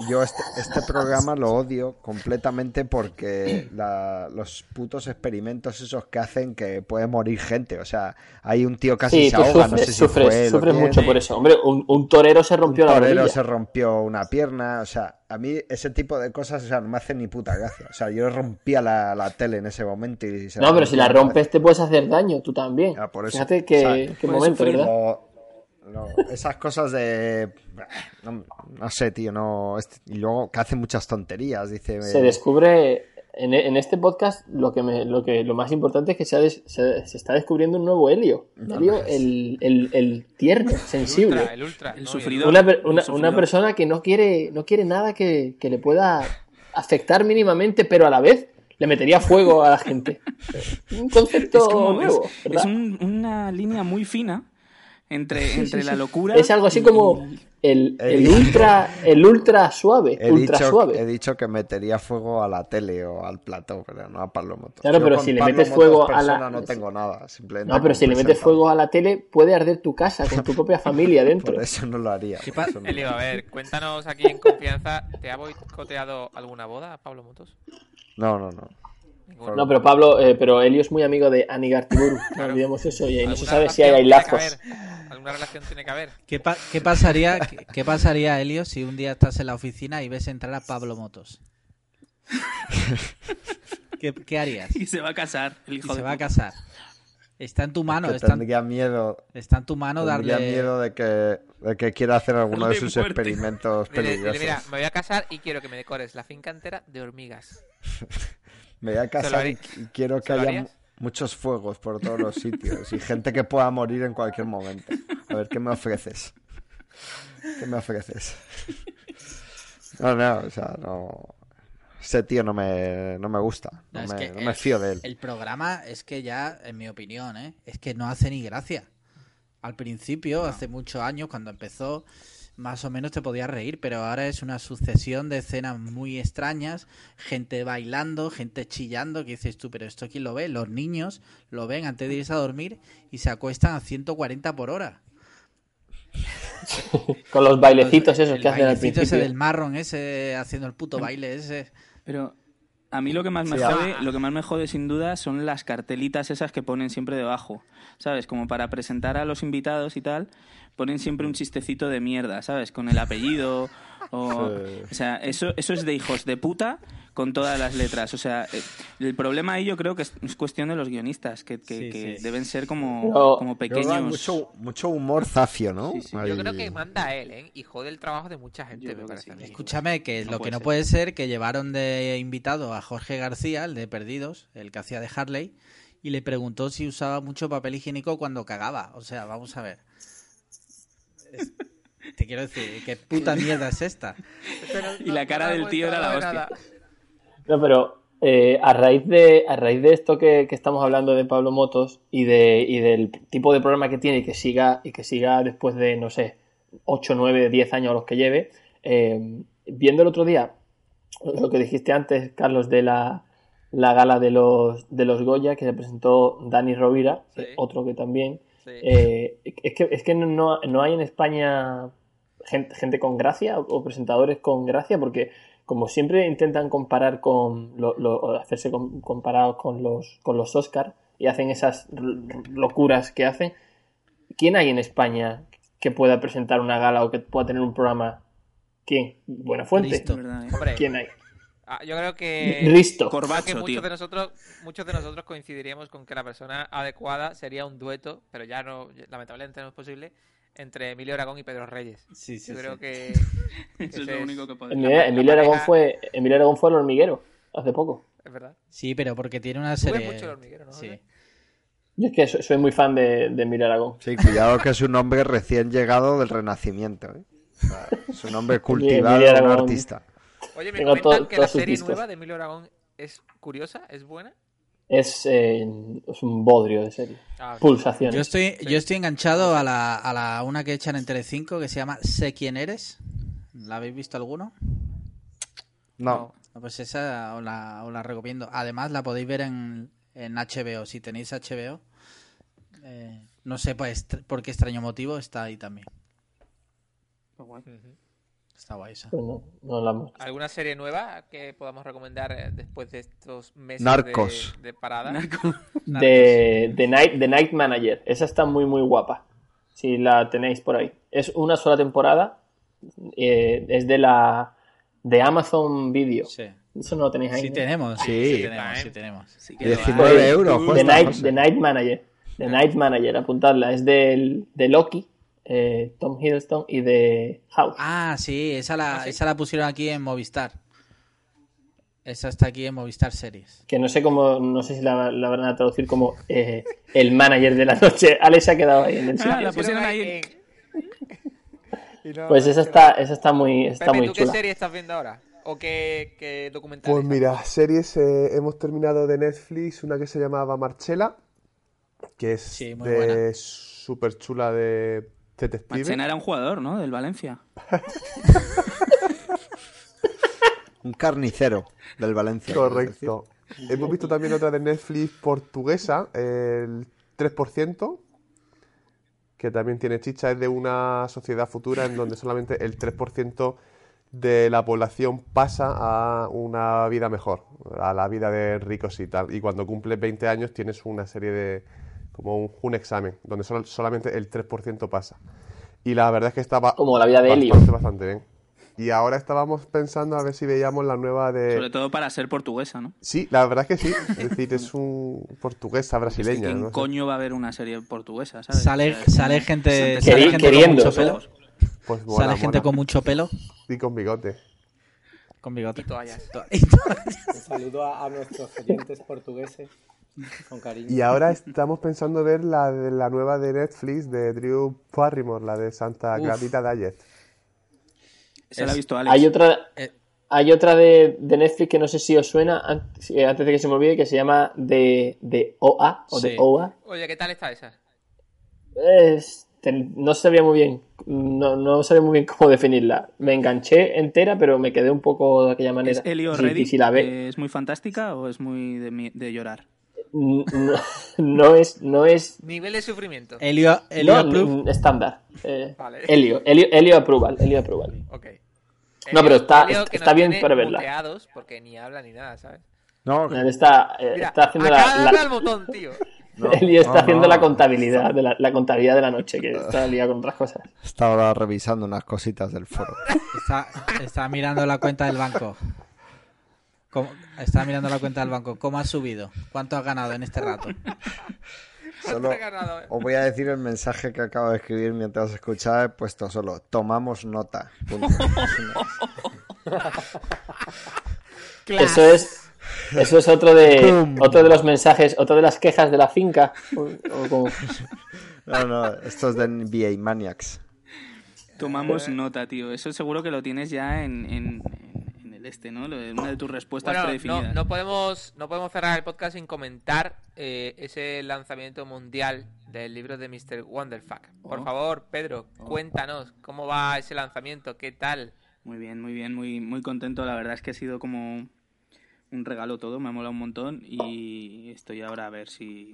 S2: Yo este, este programa lo odio completamente porque la- los putos experimentos esos que hacen que puede morir gente. O sea, hay un tío casi
S8: Sí,
S2: se
S8: tú
S2: ahoga, no
S8: sufres,
S2: sé si
S8: sufres,
S2: fue él o
S8: sufres
S2: quién.
S8: mucho por eso. Hombre, un, un torero se
S2: Un
S8: rompió la
S2: torero
S8: rodilla.
S2: se rompió una pierna. O sea, a mí ese tipo de cosas o sea, no me hacen ni puta gracia. O sea, yo rompía la, la tele en ese momento y se
S8: No, pero si la
S2: rompía
S8: rompes te puedes hacer daño, tú también.
S2: Ah, por eso.
S8: Fíjate
S2: O
S8: que,
S2: sea,
S8: qué
S5: puedes
S8: momento,
S5: sufrir.
S8: ¿verdad?
S2: No, no, esas cosas de. No, no sé, tío, no. este- y luego que hace muchas tonterías, dice.
S8: se
S2: eh,
S8: descubre en, en este podcast lo que me- lo que lo más importante es que se, ha des- se- se está descubriendo un nuevo Helio Un Helio el, el- el tierno sensible
S7: Ultra, el ultra.
S5: El
S7: ¿no?
S5: sufridor.
S8: una, per- una-
S5: el
S8: una
S5: sufridor.
S8: persona que no quiere no quiere nada que, que le pueda afectar mínimamente pero a la vez le metería fuego a la gente un concepto
S5: Es como- es-
S8: nuevo
S5: es
S8: ¿verdad?
S5: un- una línea muy fina entre, entre la locura
S8: Es algo así
S5: y-
S8: como el,
S2: He
S8: el
S2: dicho-
S8: ultra el ultra suave
S2: He
S8: ultra
S2: dicho,
S8: suave
S2: he dicho que metería fuego a la tele o al plató, pero no a Pablo Motos.
S8: Claro,
S2: Yo
S8: pero
S2: con
S8: si le
S2: Pablo
S8: metes
S2: Motos
S8: fuego a
S2: persona
S8: la-
S2: No tengo nada, simplemente.
S8: No, pero
S2: como
S8: si le metes
S2: presentador.
S8: fuego a la tele, puede arder tu casa con tu propia familia dentro.
S2: Por eso no lo haría. por
S1: pa-
S2: eso no-
S7: Elio, a ver, cuéntanos aquí en confianza, ¿te ha boicoteado alguna boda, Pablo Motos?
S2: No, no, no.
S7: Ninguna.
S8: No, pero Pablo, eh, pero Elio es muy amigo de Ani Gartiburu. No
S7: Claro.
S8: olvidemos eso y ahí no se
S7: Alguna
S8: sabe si
S7: relación
S8: hay, hay
S7: tiene que
S8: lazos.
S7: haber, Alguna relación tiene que haber.
S1: ¿Qué, pa- qué pasaría, qué, qué pasaría, Helio, si un día estás en la oficina y ves entrar a Pablo Motos? ¿Qué, qué harías?
S5: Y se va a casar, el
S1: Y
S5: hijo
S1: se
S5: de
S1: va a
S5: puta.
S1: casar. Está en tu mano,
S2: Que
S1: está, en-
S2: tendría miedo.
S1: está en tu mano darle...
S2: tendría Pues miedo de que, de que quiera hacer alguno de
S5: Darle
S2: sus
S5: muerte.
S2: experimentos
S7: Dile-
S2: peligrosos.
S7: dile, mira, me voy a casar y quiero que me decores la finca entera de hormigas.
S2: Me voy a
S7: ¿Se lo
S2: casar y,
S7: harí-
S2: y quiero
S7: se
S2: que
S7: lo
S2: haya
S7: harías?
S2: mu- muchos fuegos por todos los sitios y gente que pueda morir en cualquier momento. A ver, ¿qué me ofreces? ¿Qué me ofreces? No, no, o sea, no. Ese tío no me, no me gusta. No,
S1: No, es
S2: me,
S1: que
S2: no
S1: el-
S2: me fío de él.
S1: El programa es que ya, en mi opinión, ¿eh? es que no hace ni gracia. Al principio, hace muchos años, cuando empezó, más o menos te podías reír, pero ahora es una sucesión de escenas muy extrañas, gente bailando, gente chillando, que dices tú, pero esto quién lo ve, los niños lo ven antes de irse a dormir y se acuestan a 140 por hora.
S8: Con los bailecitos esos
S1: el
S8: que hacen al
S1: bailecito
S8: principio. Mm.
S1: ese del marrón ese haciendo el puto baile ese.
S5: Pero a mí lo que más me
S2: Sí, ah.
S5: jode, lo que más me jode sin duda son las cartelitas esas que ponen siempre debajo, ¿sabes? Como para presentar a los invitados y tal, ponen siempre un chistecito de mierda, ¿sabes? Con el apellido o o sea, eso eso es de hijos de puta con todas las letras, o sea, eh, el problema ahí yo creo que es es cuestión de los guionistas que, que-
S1: Sí,
S5: que
S1: sí.
S5: deben ser como,
S8: Pero-
S5: como
S2: Pero
S5: pequeños.
S2: mucho, mucho humor zafio, ¿no?
S5: Sí, sí.
S7: Yo
S2: Ahí.
S7: creo que manda él, ¿eh? Y jode el trabajo de mucha gente,
S5: Yo
S7: me
S5: creo que
S7: parece
S5: sí.
S7: a mí.
S1: Escúchame, que
S5: No
S1: lo
S5: puede
S1: que no
S5: ser.
S1: puede ser que llevaron de invitado a Jorge García, el de Perdidos, el que hacía de Harley, y le preguntó si usaba mucho papel higiénico cuando cagaba. O sea, vamos a ver. Es- Te quiero decir, ¿qué puta mierda es esta?
S7: Pero
S5: Y la cara
S7: da
S5: del tío
S7: cuenta
S5: era la
S7: de
S5: hostia.
S7: nada.
S8: No, pero eh, a raíz de a raíz de esto que, que estamos hablando de Pablo Motos y de y del tipo de programa que tiene y que siga y que siga después de no sé 8, 9, 10 años los que lleve, eh, viendo el otro día lo que dijiste antes, Carlos, de la, la gala de los de los Goya que se presentó Dani Rovira,
S7: Sí.
S8: eh, otro que también
S7: Sí.
S8: eh, es que, es que no, no hay en España gente, gente con gracia o, o presentadores con gracia, porque como siempre intentan comparar con, lo- lo- o hacerse com- comparados con los, con los Oscar y hacen esas r- r- locuras que hacen, ¿quién hay en España que pueda presentar una gala o que pueda tener un programa? ¿Quién? Buena fuente.
S1: Cristo.
S5: Es verdad, ¿eh?
S7: Hombre,
S8: ¿Quién hay?
S7: ah, yo creo que...
S8: Risto.
S7: Creo que
S5: Corbacho, tío.
S7: muchos de nosotros, muchos de nosotros coincidiríamos con que la persona adecuada sería un dueto, pero ya no, lamentablemente no es posible, entre Emilio Aragón y Pedro Reyes.
S1: Sí, sí,
S7: Yo creo
S1: sí.
S7: que
S5: Eso es
S7: ese
S5: lo
S7: es-
S5: único que podría.
S8: Emilio, Emilio Aragón fue, Emilio Aragón fue el hormiguero hace poco.
S7: es verdad.
S1: Sí, pero porque tiene una
S7: Tú ves
S1: serie.
S7: mucho El Hormiguero, ¿no,
S1: Sí.
S7: Jorge?
S8: Yo es que soy, soy muy fan de, de Emilio Aragón.
S2: Sí, cuidado que es un hombre recién llegado del Renacimiento. ¿eh? O sea, es un hombre cultivado,
S8: Emilia
S2: un
S8: Aragón.
S2: artista.
S7: Oye, me
S8: Tengo to-
S7: comentan que la
S8: todos sus
S7: serie
S8: discos.
S7: nueva de Emilio Aragón es curiosa, es buena.
S8: Es, eh, es un bodrio de serie.
S7: Ah, ok.
S8: Pulsaciones.
S1: Yo estoy, yo estoy enganchado a la, a la una que echan en Telecinco que se llama Sé quién eres. ¿La habéis visto alguno?
S2: No,
S1: No, Pues esa os la, os la recomiendo. Además, la podéis ver en, en HBO. Si tenéis HBO, eh, no sé pues, tr- por qué extraño motivo, está ahí también.
S7: Ujú.
S1: Está guay esa.
S8: Pues no, no la
S1: Ah,
S8: hemos-
S7: ¿Alguna serie nueva que podamos recomendar eh, después de estos meses
S2: Narcos.
S7: De, de parada?
S1: pues
S8: De, de Night, de Night Manager. Esa está muy, muy guapa. Si la tenéis por ahí. Es una sola temporada. eh, es de la de Amazon Video.
S1: Sí,
S8: Eso no lo tenéis ahí.
S1: Sí
S8: ¿no?
S1: tenemos.
S2: Sí.
S1: sí tenemos. sí tenemos.
S5: Sí que lo hay.
S2: 19 euros.
S8: The
S2: cuesta,
S8: Night,
S2: José.
S8: The Night Manager. The Night Manager, apuntadla. Es del, de Loki, eh, Tom Hiddleston y de House.
S1: Ah, sí, esa la,
S7: Ah, sí.
S1: esa la pusieron aquí en Movistar. Esa está aquí en Movistar Series.
S8: Que no sé cómo, no sé si la, la van a traducir como eh, el manager de la noche. Alex se ha quedado ahí en el sitio.
S5: Ah, la pusieron ahí.
S7: en- Y no,
S8: Pues esa
S7: no.
S8: está, esa está muy, esa está
S7: Pepe,
S8: muy
S7: ¿tú qué
S8: chula.
S7: serie estás viendo ahora? ¿O qué, qué documental?
S4: Pues mira, series eh, hemos terminado de Netflix, una que se llamaba Marchela, que es
S1: Sí, muy
S4: de
S1: buena.
S4: súper chula de detective.
S5: Marchena era un jugador, ¿no? Del Valencia.
S2: Un carnicero del Valencia.
S4: Correcto. Hemos visto también otra de Netflix portuguesa, el 3%, que también tiene chicha, es de una sociedad futura en donde solamente el 3% de la población pasa a una vida mejor, a la vida de ricos y tal. Y cuando cumples 20 años tienes una serie de, como un, un examen, donde solo- solamente el 3% pasa. Y la verdad es que estaba
S8: Como la vida de Elio.
S4: bastante, bastante bien. Y ahora estábamos pensando a ver si veíamos la nueva de...
S5: Sobre todo para ser portuguesa, ¿no?
S4: Sí, la verdad es que sí. Es decir, es un portuguesa
S5: Es que
S4: brasileña.
S5: ¿Quién
S4: no sé.
S5: coño va a ver una serie portuguesa, sabes?
S1: Sale,
S5: O sea, es
S1: sale
S5: como-
S1: gente,
S8: Queri-
S1: sale gente con
S8: queriendo,
S1: mucho
S8: ¿no?
S1: pelo.
S4: Pues mola,
S1: Sale gente
S4: mola.
S1: con mucho pelo.
S4: Y con bigote.
S1: Con bigote.
S7: Y toallas.
S3: Un saludo a, a nuestros oyentes portugueses. Con cariño.
S4: Y ahora estamos pensando ver la, de- la nueva de Netflix de Drew Barrymore, la de Santa
S1: Uf.
S4: Clarita Diet.
S5: Esa la ha visto Alex.
S8: Hay otra,
S1: Eh.
S8: hay otra de, de Netflix que no sé si os suena an- eh, antes de que se me olvide, que se llama de, de OA o
S1: Sí.
S8: de OA.
S7: Oye, ¿qué tal está esa?
S8: Es, ten- no sabía muy bien, no, no sabía muy bien cómo definirla. Me enganché entera, pero me quedé un poco de aquella manera.
S5: ¿Es Elio
S8: Si-
S5: Reddy?
S8: si la ve-
S5: eh, ¿Es muy fantástica o es muy de, mi- de llorar?
S8: n- no, no es, no es
S7: Nivel de sufrimiento.
S8: Eh,
S1: Helio, Helio
S8: no,
S1: Proof.
S8: n- estándar. Eh,
S7: Vale.
S8: Helio, Helio, Helio approval, Helio approval.
S7: Ok. Eh,
S8: No, pero está-
S7: Elio
S8: está-
S7: que
S8: está
S7: nos
S8: bien
S7: tiene
S8: para verla.
S7: muteados porque ni habla ni nada, ¿sabes?
S2: No,
S8: Él está, eh,
S7: Mira,
S8: está haciendo
S7: acaba
S8: la,
S7: de
S8: la-
S7: darle al botón, tío.
S2: no,
S8: Elio está
S2: no,
S8: haciendo
S2: no.
S8: la contabilidad de la, la contabilidad de la noche, que está liado con otras cosas.
S2: Está ahora revisando unas cositas del foro.
S1: Está, está mirando la cuenta del banco. ¿Cómo- está mirando la cuenta del banco. ¿Cómo has subido? ¿Cuánto has ganado en este rato?
S2: Solo
S7: Está ganado, eh.
S2: os voy a decir el mensaje que acabo de escribir mientras escuchaba. He puesto solo, tomamos nota. Punto.
S8: Eso es, eso es otro de,
S2: Cum.
S8: otro de los mensajes, otra de las quejas de la finca. o- o como-
S2: No, no, esto es de NBA Maniacs.
S1: Eh.
S5: Tomamos nota, tío. Eso seguro que lo tienes ya en, en- en el este, ¿no? Lo de- Una de tus respuestas
S7: Bueno, no,
S5: predefinidas.
S7: no podemos, no podemos cerrar el podcast sin comentar eh, ese lanzamiento mundial del libro de Mr. Wonderfuck. Por
S5: Oh.
S7: favor, Pedro, cuéntanos cómo va ese lanzamiento, qué tal.
S5: Muy bien, muy bien, muy, muy contento. La verdad es que ha sido como un regalo todo, me ha molado un montón y estoy ahora a ver si,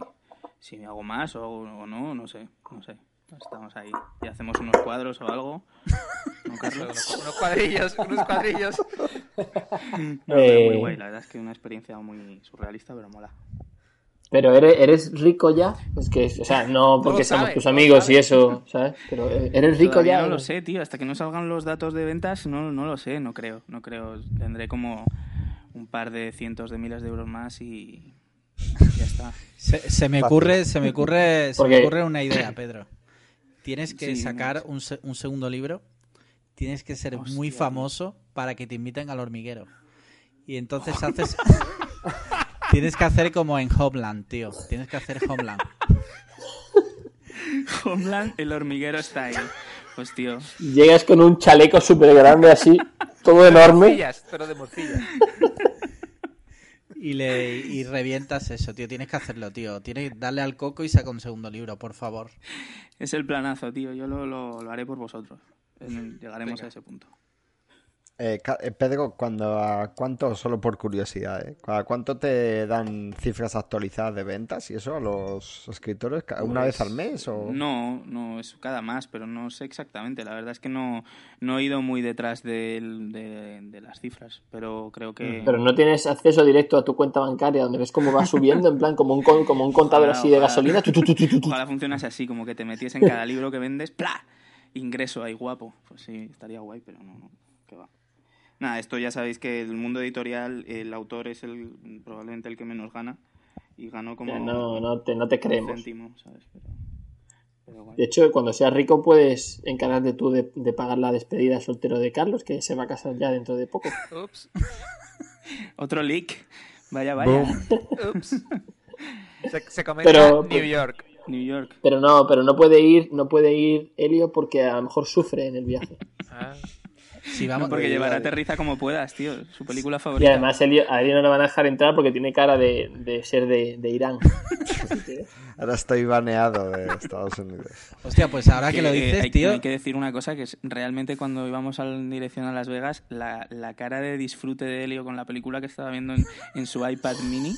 S5: si hago más o, o no, no sé, no sé. Estamos ahí y hacemos unos cuadros o algo. ¿No, Carlos?
S7: Unos, unos cuadrillos, unos cuadrillos.
S5: No, pero
S8: Eh.
S5: muy guay. La verdad es que una experiencia muy surrealista, pero mola.
S8: Pero eres, eres rico ya, es que, o sea, no porque
S7: lo
S8: somos
S7: sabe,
S8: tus
S7: no lo
S8: amigos
S7: sabe.
S8: y eso, ¿sabes? Pero eh, eres rico
S5: Todavía
S8: ya.
S5: no lo sé, tío. Hasta que no salgan los datos de ventas, no, no lo sé. No creo, no creo. Tendré como un par de cientos de miles de euros más y ya está.
S1: Se, se me
S4: Fácil.
S1: ocurre, se me ocurre, se me
S8: Porque-
S1: ocurre una idea, Pedro. Tienes que
S5: Sí,
S1: sacar un, se- un segundo libro. Tienes que ser muy
S5: Hostia, tío.
S1: famoso para que te inviten al hormiguero. Y entonces haces. Tienes que hacer como en Homeland, tío. Tienes que hacer Homeland.
S5: Homeland, el hormiguero está ahí. Pues tío,
S8: Llegas con un chaleco súper grande así, todo enorme.
S7: Morcillas, pero de morcillas.
S1: Y le y revientas eso, tío. Tienes que hacerlo, tío. Tienes que darle al coco y saca un segundo libro, por favor.
S5: es el planazo, tío. Yo lo, lo- lo haré por vosotros. En- Llegaremos a ese punto.
S2: Eh, Ca- eh, Pedro, cuando a cuánto, solo por curiosidad, ¿eh? ¿a cuánto te dan cifras actualizadas de ventas y eso a los escritores? ¿Ca- ¿Una vez al mes? O...
S5: Pues, No, no, es cada más, pero no sé exactamente. La verdad es que no, no he ido muy detrás del- de, de las cifras, pero creo que...
S8: Mm. Pero no tienes acceso directo a tu cuenta bancaria donde ves cómo va subiendo, en plan como un, con- como un contador
S5: Ojalá,
S8: así de
S5: ojalá.
S8: gasolina. tu, tu, tu, tu, tu, tu.
S5: Ojalá funcionase así, como que te metiesen cada libro que vendes, ¡pla! Ingreso ahí, guapo. Pues sí, estaría guay, pero no, no, que va. Nada, esto ya sabéis que el mundo editorial, el autor es el probablemente el que menos gana. Y ganó como
S8: Ya, No, no te, no te
S5: un
S8: creemos.
S5: céntimo, ¿sabes? Pero, pero guay.
S8: De hecho, cuando seas rico puedes encargarte tú de, de pagar la despedida al soltero de Carlos, que se va a casar ya dentro de poco.
S7: Ups,
S5: Otro leak. Vaya, vaya.
S7: ups. Se, se comenta
S8: Pero- pues,
S7: New York.
S5: New York.
S8: Pero no, pero no puede ir, no puede ir Helio porque a lo mejor sufre en el viaje.
S7: Ah,
S1: Si
S5: No,
S1: vamos,
S5: porque llevará aterriza como puedas, tío. Su película
S8: Y
S5: favorita.
S8: además Helio, a Helio no le van a dejar entrar porque tiene cara de, de ser de, de Irán. Así que-
S2: Ahora estoy baneado de Estados Unidos.
S1: Hostia, pues ahora que, lo
S5: eh,
S1: dices,
S5: hay,
S1: tío.
S5: hay que decir una cosa, que es realmente cuando íbamos al- en dirección a Las Vegas, la, la cara de disfrute de Helio con la película que estaba viendo en, en su iPad mini,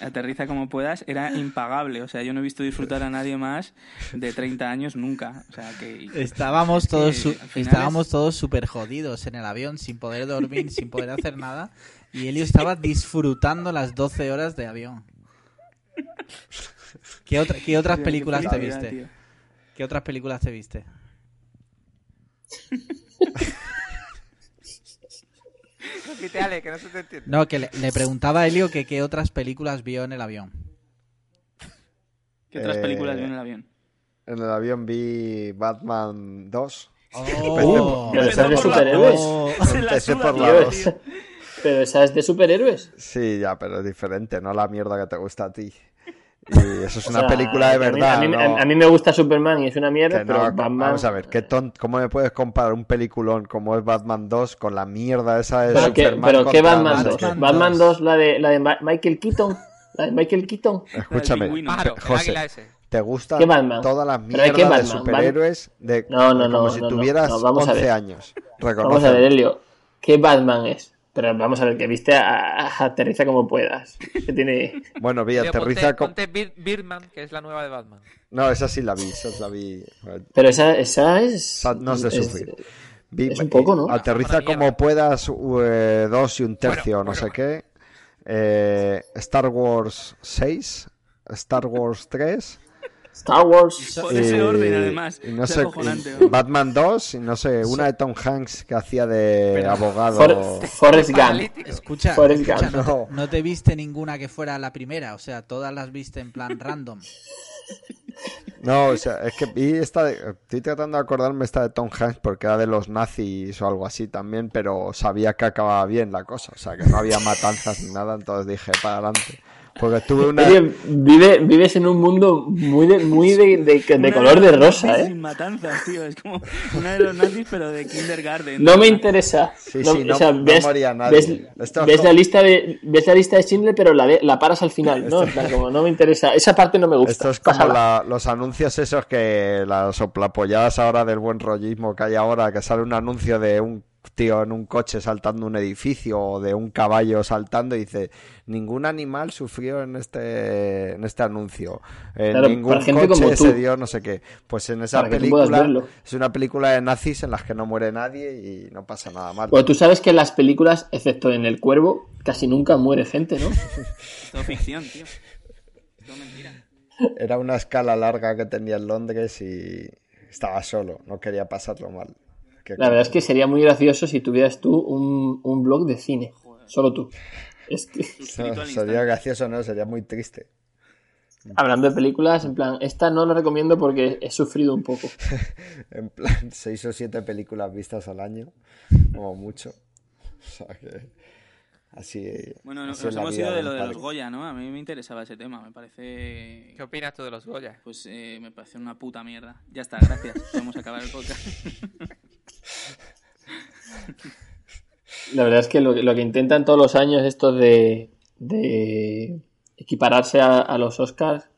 S5: aterriza como puedas, era impagable. O sea, yo no he visto disfrutar a nadie más de 30 años nunca. O sea, que...
S1: Estábamos todos, su-
S5: al final
S1: estábamos
S5: es-
S1: todos súper jodidos en el avión, sin poder dormir, sin poder hacer nada. Y Helio estaba disfrutando las 12 horas de avión. ¿Qué, otra- qué otras
S5: Tío, qué
S1: películas te
S5: felicidad,
S1: viste?
S5: tío.
S1: ¿Qué otras películas te viste?
S7: repite, Ale, que no se te entiende.
S1: No, que le, le preguntaba a Helio que qué otras películas vio en el avión.
S5: ¿Qué otras
S2: Eh,
S5: películas vio en el avión?
S2: En el avión vi Batman 2.
S1: ¡Oh!
S8: Pero esa es de
S7: Empezó por la
S8: superhéroes.
S5: Se la
S2: Empecé
S5: suda,
S2: por
S5: tío.
S2: la dos.
S8: Dios. Pero esa es de superhéroes.
S2: Sí, ya, pero es diferente, no la mierda que te gusta a ti. Y eso es
S8: O
S2: una
S8: sea,
S2: película de
S8: que a mí-
S2: verdad.
S8: A mí,
S2: ¿no?
S8: a- a mí me gusta Superman y es una mierda,
S2: Que no,
S8: pero
S2: que-
S8: Batman-
S2: Vamos a ver, ¿qué ton- ¿cómo me puedes comparar un peliculón como es Batman 2 con la mierda esa de
S8: Pero, que,
S2: Superman?
S8: pero ¿qué
S2: contra
S8: Batman
S2: no sé
S8: 2?
S2: qué?
S1: Batman
S8: Batman 2,
S1: dos.
S8: la de, la de Ma- Michael Keaton. La de Michael Keaton.
S5: La del
S2: Eh, Escúchame,
S5: pingüino.
S7: Pájaro, el
S2: José.
S7: águila ese.
S2: Te gustan
S8: ¿Qué Batman?
S2: todas las
S8: ¿Pero de qué
S2: mierdas de
S8: Batman?
S2: superhéroes de
S8: No, no,
S2: como
S8: no,
S2: si
S8: no, no,
S2: tuvieras
S8: no, vamos a
S2: 11
S8: ver.
S2: años.
S8: Vamos a ver,
S2: Reconoce.
S8: Elio, ¿qué Batman es? Pero vamos a ver, que viste a, a- aterriza como puedas. Que tiene.
S2: Bueno, vi,
S7: Leo,
S2: aterriza
S7: ponte,
S2: con...
S7: ponte Bir- Birdman, que es la nueva de Batman.
S2: No, esa sí la vi, esa la vi.
S8: Pero esa, esa es.
S2: Esa no es de
S8: es-
S2: sufrir. Vi- eh,
S8: es un poco, ¿no?
S2: Aterriza
S7: Una
S2: como
S7: mierda.
S2: puedas, u- eh, dos y un tercio,
S7: Bueno,
S2: no
S7: bueno.
S2: sé qué. Eh, Star Wars 6, Star Wars 3.
S8: Star Wars.
S5: Por ese
S2: y-
S5: orden, además.
S2: Eh, y no
S5: Es
S2: sé,
S5: acojonante,
S2: y
S5: ¿no?
S2: Batman 2, y no sé, una de Tom Hanks que hacía de abogado.
S8: For- Forrest Gump.
S7: Paralítico.
S1: Escucha,
S8: Forrest
S1: escucha,
S8: Gump.
S1: no,
S2: No.
S1: te, no te viste ninguna que fuera la primera, o sea, todas las viste en plan random.
S2: No, o sea, es que vi esta de- estoy tratando de acordarme esta de Tom Hanks porque era de los nazis o algo así también, pero sabía que acababa bien la cosa, o sea, que no había matanzas ni nada, entonces dije, para adelante. Porque tuve una...
S8: Elio, vive, vives en un mundo muy de, muy de, de- de
S5: Una
S8: color de
S5: los
S8: rosa,
S5: nazis
S8: ¿eh?
S5: Sin matanzas, tío. Es como una de los nazis, pero de kindergarten.
S8: No me interesa.
S2: Sí, sí, no- no moría nadie.
S8: Ves,
S2: Esto es
S8: ves
S2: como-
S8: la lista de, ves la lista de Schindler, pero la, de- la paras al final, ¿no? En plan, como no me interesa. Esa parte no me gusta.
S2: Esto es como
S8: Pásala.
S2: la- los anuncios esos que las soplapolladas ahora del buen rollismo que hay ahora, que sale un anuncio de un tío en un coche saltando un edificio o de un caballo saltando y dice ningún animal sufrió en este en este anuncio Eh,
S8: Claro,
S2: ningún
S8: para gente como
S2: coche
S8: tú.
S2: se dio no sé qué pues en esa
S8: Para que tú puedas
S2: película
S8: verlo.
S2: es una película de nazis en las que no muere nadie y no pasa nada mal
S8: Bueno, Pues tú sabes que en las películas, excepto en El Cuervo, casi nunca muere gente, ¿no?
S5: Todo ficción, tío. Todo mentira.
S2: era una escala larga que tenía en Londres y estaba solo no quería pasarlo mal Qué
S8: La verdad es
S2: coño.
S8: que sería muy gracioso si tuvieras tú un, un blog de cine. Solo tú. Es que,
S5: Suscrito
S2: No,
S5: al
S2: sería
S5: instante.
S2: gracioso, ¿no? Sería muy triste.
S8: hablando de películas, en plan, esta no la recomiendo porque he sufrido un poco.
S2: En plan, seis o siete películas vistas al año, como mucho. O sea que... Así,
S5: Bueno,
S2: así
S5: nos
S2: es la
S5: hemos
S2: vida
S5: ido de
S2: del
S5: lo de los
S2: padre.
S5: Goya, ¿no? A mí me interesaba ese tema. Me parece.
S7: ¿Qué opinas tú de los Goya?
S5: Pues eh, me parece una puta mierda. Ya está, gracias. Podemos acabar el podcast.
S8: La verdad es que lo, lo que intentan todos los años estos de, de equipararse a, a los Oscars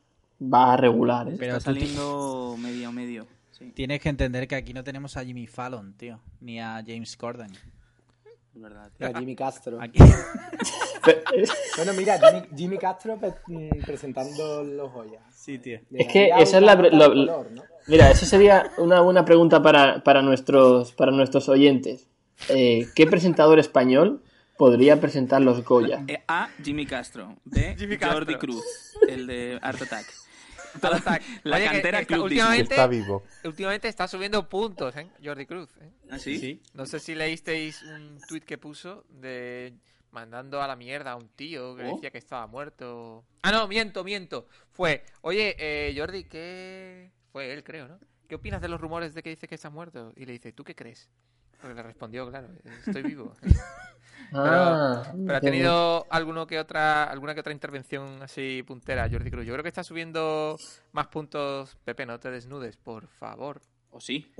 S8: va a regular. ¿eh?
S1: Pero
S5: Está
S1: tú ti-
S5: saliendo medio medio. Sí,
S1: tienes que entender que aquí no tenemos a Jimmy Fallon, tío, ni a James Corden.
S5: es verdad. tío.
S3: A Jimmy Castro.
S1: Aquí,
S8: Pero-
S3: Bueno, mira, Jimmy, Jimmy Castro pe- mm, presentando los Goya.
S1: sí, tío.
S8: Es que
S3: Llegaría
S8: esa es
S3: una
S8: la pre-
S3: nota de
S8: lo-
S3: color, ¿no?
S8: Mira, eso sería una buena pregunta para, para nuestros, para nuestros oyentes. Eh, ¿Qué presentador español podría presentar los Goya?
S5: Eh, A. Jimmy Castro. B.
S7: Jimmy
S5: Jordi
S7: Castro.
S5: Cruz. El de Art Attack.
S7: Art Attack.
S5: La
S7: Oye, que
S5: cantera
S7: está-
S5: Club
S7: últimamente-
S5: Disney.
S4: Está vivo.
S7: Últimamente está subiendo puntos, ¿eh? Jordi Cruz. ¿eh?
S5: ¿Ah, sí?
S7: No sé si leísteis un tuit que puso de mandando a la mierda a un tío que
S5: Oh.
S7: decía que estaba muerto. Ah, no, miento, miento. Fue, oye, eh, Jordi, ¿qué? Fue él, creo, ¿no? ¿Qué opinas de los rumores de que dice que está muerto? Y le dice, ¿tú qué crees? Porque le respondió, claro, estoy vivo.
S8: Ah,
S7: Pero ha
S8: qué bueno.
S7: tenido alguno que otra, alguna que otra intervención así puntera, Jordi Cruz. Yo creo que está subiendo más puntos. Pepe, no te desnudes, por favor.
S5: ¿O sí?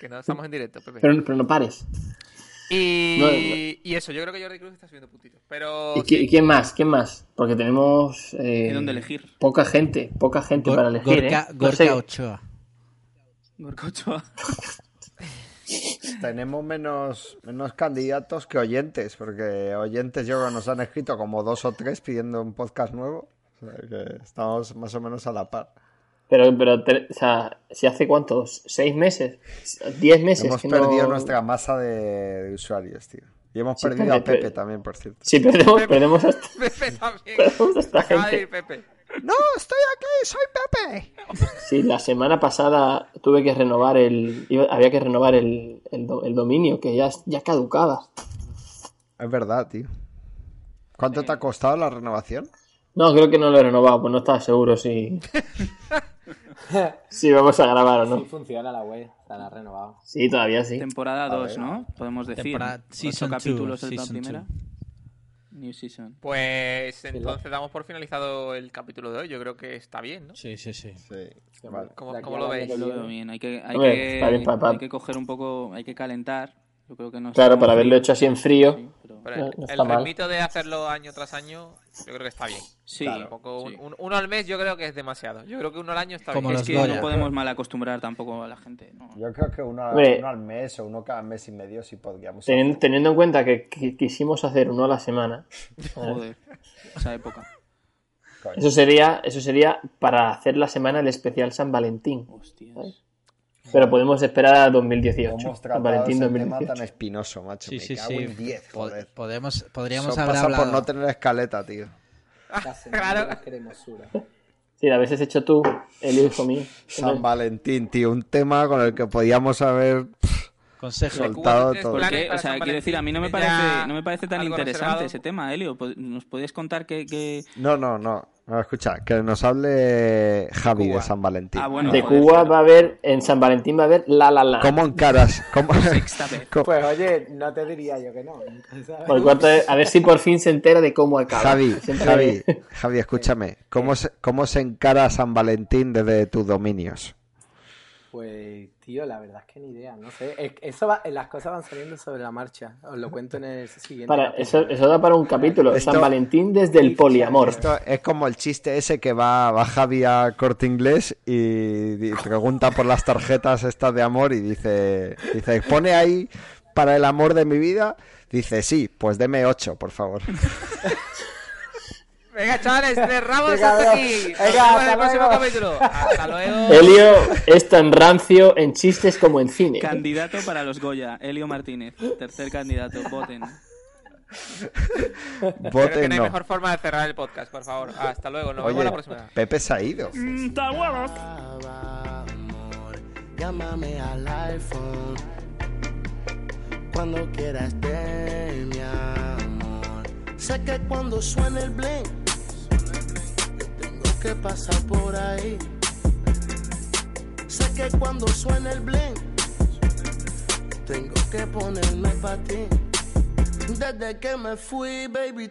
S7: Que no estamos en directo, Pepe.
S8: Pero, pero no pares.
S7: Y,
S8: No, no.
S7: y eso, yo creo que Jordi Cruz está subiendo puntitos. Pero
S8: ¿Y, qui-
S7: sí,
S8: y quién más? ¿Quién más? Porque tenemos eh,
S5: ¿De dónde elegir?
S8: poca gente, poca gente
S1: Gor-
S8: para elegir. ¿eh?
S1: Gorka,
S8: No
S1: Gorka
S8: sé.
S1: Ochoa.
S5: Gorka Ochoa.
S2: Tenemos menos, menos candidatos que oyentes, porque oyentes yo creo que nos han escrito como dos o tres pidiendo un podcast nuevo. O sea que estamos más o menos a la par.
S8: Pero, pero te- o sea, ¿si hace cuántos? ¿Seis meses? ¿Diez meses?
S2: Hemos
S8: que no-
S2: perdido nuestra masa de, de usuarios, tío. Y hemos
S8: Sí,
S2: perdido a
S8: pero-
S2: Pepe también, por cierto.
S8: Sí, perdemos, perdemos hasta,
S7: Pepe también.
S8: perdemos hasta
S7: Acaba de
S8: gente.
S7: ir Pepe.
S2: No, estoy aquí, soy Pepe.
S8: Sí, la semana pasada tuve que renovar el. iba- había que renovar el, el, do- el dominio, que ya, ya caducaba.
S2: Es verdad, tío. ¿Cuánto te ha costado la renovación?
S8: No, creo que no lo he renovado, pues no estaba seguro si. si vamos a grabar o
S3: Sí
S8: no.
S3: funciona la web, o sea, la ha renovado.
S8: Sí, todavía sí.
S5: Temporada 2, ¿no? Podemos decir.
S1: Temporada-
S5: Ocho
S1: season
S5: capítulos
S1: two,
S5: de la
S1: season
S5: primera. New season.
S7: Pues entonces damos por finalizado el capítulo de hoy. Yo creo que está bien, ¿no?
S1: Sí, sí, sí.
S2: Sí,
S3: Sí,
S2: vale.
S7: ¿Cómo,
S3: De aquí
S7: cómo
S3: al
S7: lo
S3: año
S7: veis?
S5: Yo
S3: que
S5: lo
S3: viene.
S5: veo bien. Hay que, hay
S8: Hombre,
S5: que,
S8: está bien, pa- pa-
S5: hay que coger un poco, hay que calentar. Yo creo que no
S8: Claro,
S5: está
S8: para
S5: muy
S8: haberlo
S5: bien.
S8: hecho así en frío.
S5: Sí, pero-
S7: Pero
S8: No,
S7: el,
S8: no
S7: el
S8: está mal.
S7: ritmito de hacerlo año tras año, yo creo que está bien.
S5: Sí,
S7: Tampoco un-
S5: sí.
S7: un- uno al mes yo creo que es demasiado. Yo creo que uno al año está
S1: Como
S7: bien.
S5: Es
S1: los
S5: que
S1: Goya.
S5: no podemos mal acostumbrar tampoco a la gente. ¿no?
S2: Yo creo que uno,
S8: Hombre.
S2: uno al mes o uno cada mes y medio sí podríamos.
S8: Teniendo, teniendo en cuenta que qui- quisimos hacer uno a la semana,
S5: Joder, esa época.
S2: hacer,
S8: eso sería, eso sería para hacer la semana el especial San Valentín.
S5: Hostias.
S8: Pero podemos esperar a 2018.
S2: Hemos
S8: San
S2: tratado
S8: Valentín
S2: ese tema tan
S8: 2018.
S2: espinoso, macho.
S1: Sí,
S2: me
S1: sí,
S2: cago
S1: sí.
S2: en 10,
S1: Po-
S2: joder.
S1: podemos, podríamos
S2: Eso
S1: haber
S2: pasa
S1: hablado.
S2: por no tener escaleta, tío.
S3: La semana
S7: claro.
S3: de la cremosura.
S8: Sí, la habéis hecho tú, el hijo mío.
S2: San Valentín, tío. Un tema con el que podíamos haber.
S1: Consejo.
S2: Sol-
S7: Cuba
S2: Soltado
S7: no tienes
S2: todo.
S5: ¿Por
S7: planes
S5: qué? O
S7: para
S5: sea,
S7: San
S5: quiero decir, a mí no me
S7: Valentín, ¿tienes ya
S5: parece, no me parece tan
S7: algo
S5: interesante
S7: reservado?
S5: ese tema, Helio. Po- ¿Nos podías contar qué...? qué-
S2: No, no, no. No, escucha, que nos hable Javi
S5: Cuba.
S2: de San Valentín.
S5: Ah, bueno,
S8: De
S5: joder,
S8: Cuba
S5: claro.
S8: va a haber, en San Valentín va a haber la la la.
S2: ¿Cómo encaras? ¿Cómo...
S5: Sexta vez.
S2: cómo-
S3: Pues oye, no te diría yo que no. ¿sabes?
S8: Por cuarta vez, a ver si por fin se entera de cómo acaba.
S2: Javi,
S8: Siempre-
S2: Javi, Javi, escúchame. ¿Cómo se, ¿Cómo se encara San Valentín desde tus dominios?
S3: Pues, tío, la verdad es que ni idea, no sé. Es- Eso va- las cosas van saliendo sobre la marcha. Os lo cuento en el siguiente.
S8: Para, eso,
S3: capítulo.
S8: eso da para un capítulo.
S2: Esto-
S8: San Valentín desde el poliamor.
S2: Esto es como el chiste ese que va, va Javi a corte inglés y, y pregunta por las tarjetas estas de amor y dice, dice, ¿pone ahí para el amor de mi vida? Dice, sí, pues deme ocho, por favor.
S7: Venga, chavales, tres ramos
S3: Venga,
S7: hasta
S3: venga.
S7: aquí. Nos
S3: Venga,
S7: vemos en el
S3: hasta
S7: próximo
S3: luego.
S7: capítulo. Hasta luego.
S8: Helio es tan rancio en chistes como en cine.
S5: Candidato para los Goya, Helio Martínez. Tercer candidato, voten.
S7: Creo que
S2: Voten
S7: no hay
S2: no.
S7: mejor forma de cerrar el podcast, por favor. Hasta luego, nos vemos
S2: Oye,
S7: la próxima.
S2: Pepe se ha ido.
S6: Estaba, amor. Llámame al iPhone cuando quieras de mi amor. Sé que cuando suene el bling, yo tengo que pasar por ahí. Sé que cuando suene el bling, tengo que ponerme para ti. Desde que me fui, baby,